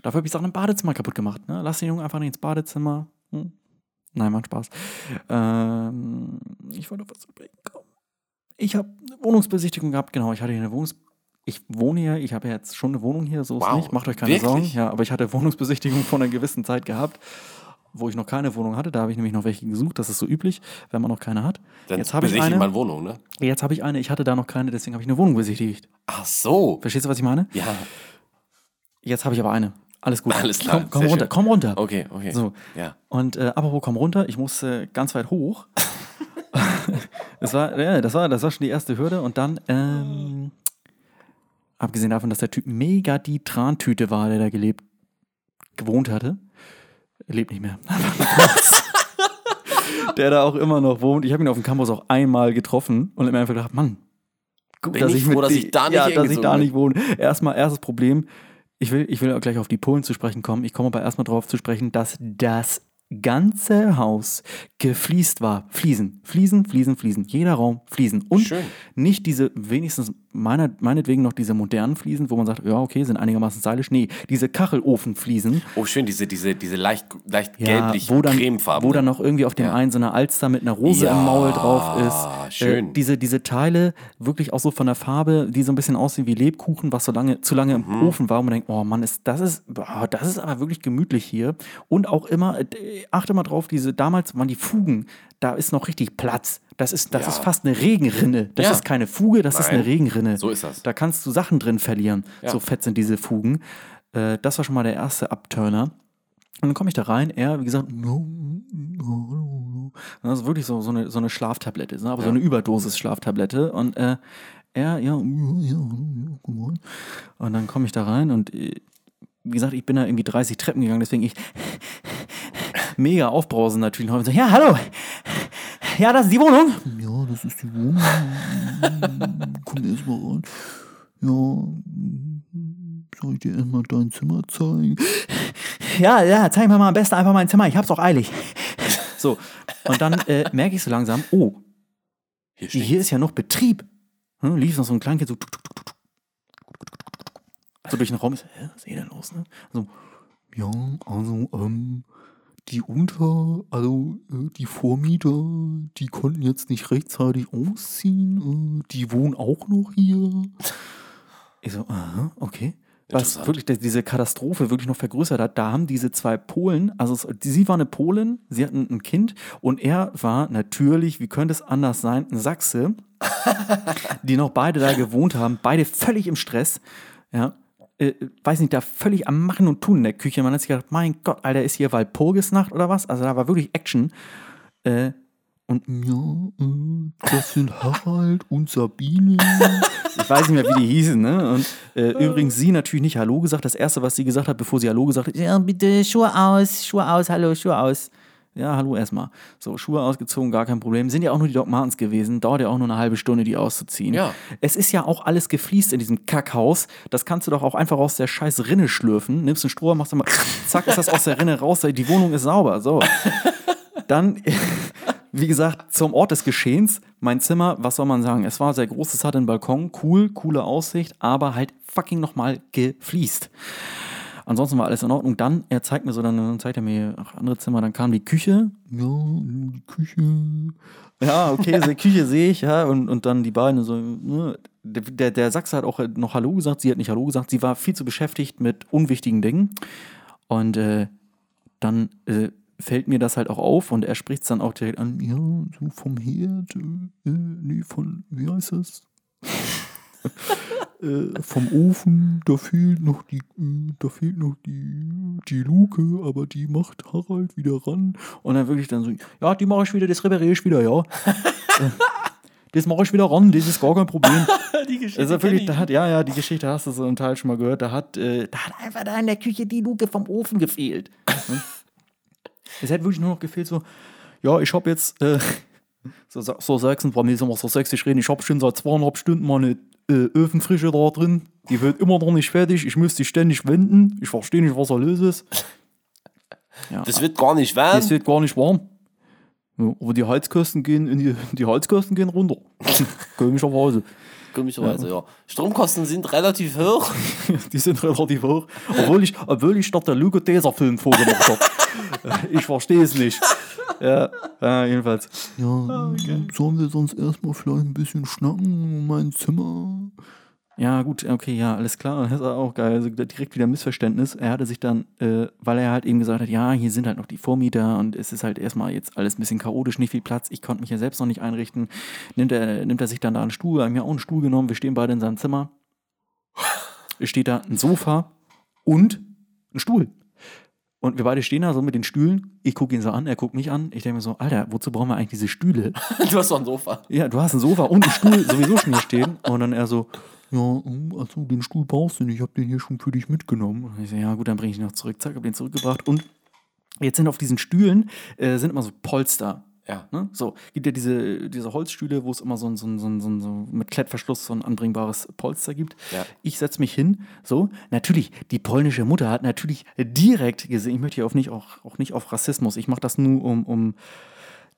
dafür habe ich Sachen im Badezimmer kaputt gemacht. Ne? Lass den Jungen einfach nicht ins Badezimmer. Hm? Nein, macht Spaß. Ähm, ich wollte auf was zu sprechen kommen. Ich habe eine Wohnungsbesichtigung gehabt, genau. Ich hatte hier eine Wohnungs... Ich wohne hier, ich habe ja jetzt schon eine Wohnung hier, so ist Wow, nicht. Macht euch keine wirklich? Sorgen. Ja, aber ich hatte Wohnungsbesichtigung vor einer gewissen Zeit gehabt, wo ich noch keine Wohnung hatte. Da habe ich nämlich noch welche gesucht. Das ist so üblich, wenn man noch keine hat. Dann jetzt habe ich besichtigt eine. man Wohnung, ne? Jetzt habe ich eine. Ich hatte da noch keine, deswegen habe ich eine Wohnung besichtigt. Ach so. Verstehst du, was ich meine? Ja, Jetzt habe ich aber eine. Alles gut. Alles klar, Komm, komm sehr runter, schön. komm runter. okay, okay. So. Ja. Und äh, apropos, komm runter, ich musste ganz weit hoch. das, war, ja, das, war, das war schon die erste Hürde. Und dann, ähm, abgesehen davon, dass der Typ mega die Trantüte war, der da gelebt, gewohnt hatte, lebt nicht mehr. der da auch immer noch wohnt. Ich habe ihn auf dem Campus auch einmal getroffen und hab mir einfach gedacht, Mann, gut, Bin ich froh, dass ich da nicht ja, dass ich hingezogen da bin. nicht wohne. Erstmal, erstes Problem, ich will, ich will auch gleich auf die Polen zu sprechen kommen. Ich komme aber erstmal darauf zu sprechen, dass das ganze Haus gefliest war. Fliesen, Fliesen, Fliesen, Fliesen. Jeder Raum Fliesen. Und Schön. nicht diese, wenigstens meiner, meinetwegen noch diese modernen Fliesen, wo man sagt, ja, okay, sind einigermaßen stylisch. Nee, diese Kachelofenfliesen. Oh, schön, diese, diese, diese leicht, leicht Ja, gelblich wo dann, cremefarben. ne? Wo dann noch irgendwie auf dem einen so eine Alster mit einer Rose Ja, im Maul drauf ist. schön. Äh, diese, diese Teile, wirklich auch so von der Farbe, die so ein bisschen aussehen wie Lebkuchen, was so lange, zu lange im Mhm. Ofen war. Und man denkt, oh Mann, ist, das, ist, boah, das ist aber wirklich gemütlich hier. Und auch immer, äh, achte mal drauf, diese, damals waren die Fugen, da ist noch richtig Platz. Das ist, das Ja. ist fast eine Regenrinne. Das Ja. ist keine Fuge, das ist Nein. eine Regenrinne. So ist das. Da kannst du Sachen drin verlieren. Ja. So fett sind diese Fugen. Äh, das war schon mal der erste Upturner. Und dann komme ich da rein, er, wie gesagt, das ist Also wirklich so, so, eine, so eine Schlaftablette, ne? aber so eine Überdosis Schlaftablette. Und äh, er, ja, und dann komme ich da rein und äh, wie gesagt, ich bin da irgendwie 30 Treppen gegangen, deswegen ich mega aufbrausen natürlich. Und so, ja, hallo, ja, das ist die Wohnung. Ja, das ist die Wohnung. Komm erst mal rein. Ja, soll ich dir erst mal dein Zimmer zeigen? Ja, ja, zeig mir mal am besten einfach mein Zimmer, ich hab's auch eilig. So, und dann äh, merke ich so langsam, oh, Hier steht. hier ist ja noch Betrieb. Hm, lief noch so ein Kleinkind so. Tuk, tuk, tuk, tuk, tuk, so durch den Raum ist, hä, was ist eh denn los? Ne? So, Ja, also, ähm, die Unter, also äh, die Vormieter, die konnten jetzt nicht rechtzeitig ausziehen. Äh, die wohnen auch noch hier. ich so, aha, okay. Was Interessant. wirklich das- diese Katastrophe wirklich noch vergrößert hat, da haben diese zwei Polen, also es, die- sie war eine Polin, sie hatten ein Kind und er war natürlich, wie könnte es anders sein, ein Sachse, die noch beide da gewohnt haben, beide völlig im Stress, ja, äh, weiß nicht, da völlig am Machen und Tun in der Küche. Man hat sich gedacht, mein Gott, Alter, ist hier Walpurgisnacht oder was? Also da war wirklich Action. Ja, äh, das sind Harald und Sabine. Ich weiß nicht mehr, wie die hießen, ne? Und äh, übrigens, sie natürlich nicht Hallo gesagt. Das Erste, was sie gesagt hat, bevor sie Hallo gesagt hat, ja, bitte Schuhe aus, Schuhe aus, hallo, Schuhe aus. Ja, hallo erstmal. So, Schuhe ausgezogen, gar kein Problem. Sind ja auch nur die Doc Martens gewesen. Dauert ja auch nur eine halbe Stunde, die auszuziehen. Ja. Es ist ja auch alles gefliest in diesem Kackhaus. Das kannst du doch auch einfach aus der scheiß Rinne schlürfen. Nimmst einen Stroh, machst dann mal, zack, ist das aus der Rinne raus. Die Wohnung ist sauber. So. Dann, wie gesagt, zum Ort des Geschehens. Mein Zimmer, was soll man sagen? Es war sehr groß, es hatte einen Balkon, cool, coole Aussicht, aber halt fucking nochmal gefliest. Ansonsten war alles in Ordnung. Dann, er zeigt mir so, dann, dann zeigt er mir ach, andere Zimmer, dann kam die Küche. Ja, die Küche. Ja, okay, die Küche sehe ich, ja, und, und dann die beiden so, ne. Der, der- der Sachse hat auch noch Hallo gesagt, sie hat nicht Hallo gesagt, sie war viel zu beschäftigt mit unwichtigen Dingen. Und äh, dann äh, fällt mir das halt auch auf und er spricht es dann auch direkt an. Ja, so vom Herd, äh, äh, nee, von, wie heißt das? äh, vom Ofen, da fehlt noch die, äh, da fehlt noch die, die Luke, aber die macht Harald wieder ran. Und dann wirklich dann so, ja, die mache ich wieder, das repariere ich wieder, ja. Äh, das mache ich wieder ran, das ist gar kein Problem. die Geschichte. Also wirklich, da hat, ja, ja, die Geschichte hast du so im Teil schon mal gehört. Da hat, äh, da hat einfach da in der Küche die Luke vom Ofen gefehlt. Hm? es hat wirklich nur noch gefehlt, so, ja, ich habe jetzt, äh, so, sa- so sechs, bei mir sind wir so sächsisch reden, ich habe schon seit zweieinhalb Stunden meine äh, Öfenfrische da drin. Die wird immer noch nicht fertig, ich muss die ständig wenden. Ich verstehe nicht, was da los ist. Ja, Das wird gar nicht warm. es wird gar nicht warm. Ja, aber die Heizkosten gehen in die, die Heizkosten gehen runter. Komischerweise. Komischerweise, ja. Stromkosten sind relativ hoch. Die sind relativ hoch. Obwohl ich, obwohl ich statt der Luke Tesafilm vorgemacht habe. Ich verstehe es nicht. Ja, ja jedenfalls. Ja, sollen wir sonst erstmal vielleicht ein bisschen schnacken um mein Zimmer? Ja, gut, okay, ja, alles klar. Das war auch geil. Also direkt wieder Missverständnis. Er hatte sich dann, äh, weil er halt eben gesagt hat, ja, hier sind halt noch die Vormieter und es ist halt erstmal jetzt alles ein bisschen chaotisch, nicht viel Platz. Ich konnte mich ja selbst noch nicht einrichten. Nimmt er, nimmt er sich dann da einen Stuhl, haben mir auch einen Stuhl genommen. Wir stehen beide in seinem Zimmer. Es steht da ein Sofa und ein Stuhl. Und wir beide stehen da so mit den Stühlen. Ich gucke ihn so an, er guckt mich an. Ich denke mir so, Alter, wozu brauchen wir eigentlich diese Stühle? Du hast doch ein Sofa. Ja, du hast ein Sofa und einen Stuhl sowieso schon hier stehen. Und dann er so, hm, also Ja, ähm, achso, den Stuhl brauchst du nicht. Ich hab den hier schon für dich mitgenommen. Und ich so, ja gut, dann bringe ich ihn noch zurück. Zack, hab den zurückgebracht. Und jetzt sind auf diesen Stühlen, äh, sind immer so Polster. Ja. Ne? So, gibt ja diese, diese Holzstühle, wo es immer so ein, so, ein, so, ein, so ein, so mit Klettverschluss so ein anbringbares Polster gibt. Ja. Ich setze mich hin, so, natürlich, die polnische Mutter hat natürlich direkt gesehen, ich möchte hier auf nicht, auch, auch nicht auf Rassismus, ich mache das nur, um, um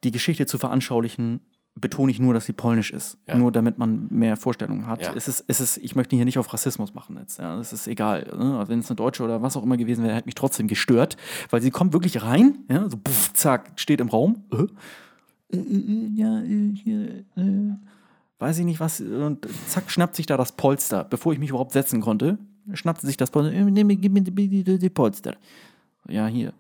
die Geschichte zu veranschaulichen, betone ich nur, dass sie polnisch ist. Ja. Nur damit man mehr Vorstellungen hat. Ja. Es ist, es ist, ich möchte hier nicht auf Rassismus machen jetzt. Ja, das ist egal. Ne? Wenn es eine Deutsche oder was auch immer gewesen wäre, hätte mich trotzdem gestört. Weil sie kommt wirklich rein, ja, so puff, zack, steht im Raum. Äh, äh, äh, ja, äh, hier, äh, weiß ich nicht was. Und zack, schnappt sich da das Polster, bevor ich mich überhaupt setzen konnte. Schnappt sie sich das Polster. Äh, nimm, gib mir bitte die Polster. Ja, hier.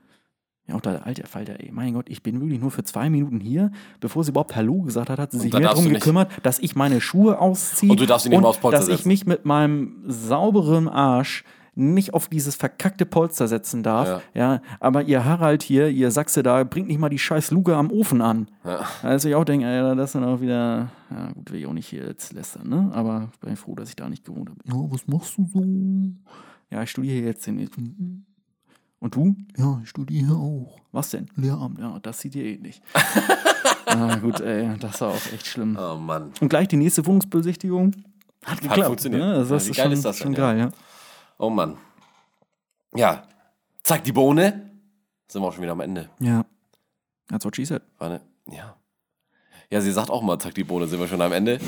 Ja, auch da, alter Falter, ey. Mein Gott, ich bin wirklich nur für zwei Minuten hier. Bevor sie überhaupt Hallo gesagt hat, hat sie sich da mehr darfst darum du nicht. gekümmert, dass ich meine Schuhe ausziehe. Und du darfst sie nicht mal aufs Polster Dass ich setzen. mich mit meinem sauberen Arsch nicht auf dieses verkackte Polster setzen darf. Ja. aber ihr Harald hier, ihr Sachse da, bringt nicht mal die scheiß Luge am Ofen an. Ja. Also ich auch denke, ey, das sind auch wieder, ja gut, will ich auch nicht hier jetzt lästern, ne? Aber ich bin froh, dass ich da nicht gewohnt habe. Ja, was machst du so? Ja, ich studiere jetzt den. Und du? Ja, ich studiere auch. Was denn? Lehramt. Ja, das sieht ihr ähnlich. ah, gut, ey, das war auch echt schlimm. Oh Mann. Und gleich die nächste Wohnungsbesichtigung hat geklappt. funktioniert. Ne? Also Ja, das wie ist geil schon, ist das schon denn, geil, ja. Oh Mann. Ja. Zack, die Bohne. Sind wir auch schon wieder am Ende. Ja. That's what she said. Warte. Ja. Ja, sie sagt auch mal, zack, die Bohne, sind wir schon am Ende.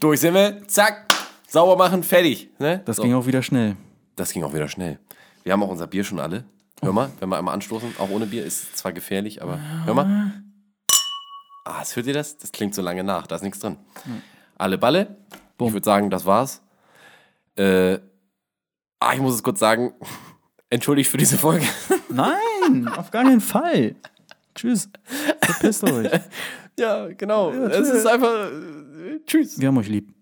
Durch sind wir. Zack. Sauber machen, fertig. Ne? Das So. ging auch wieder schnell. das ging auch wieder schnell. Wir haben auch unser Bier schon alle. Hör mal, wenn wir einmal anstoßen, auch ohne Bier, ist zwar gefährlich, aber hör mal. Ah, das hört ihr das? Das klingt so lange nach, da ist nichts drin. Alle Balle. Ich würde sagen, das war's. Äh, ah, ich muss es kurz sagen. Entschuldigt für diese Folge. Nein, auf gar keinen Fall. Tschüss. Verpisst euch. Ja, genau. es ist einfach. äh, tschüss. Wir haben euch lieb.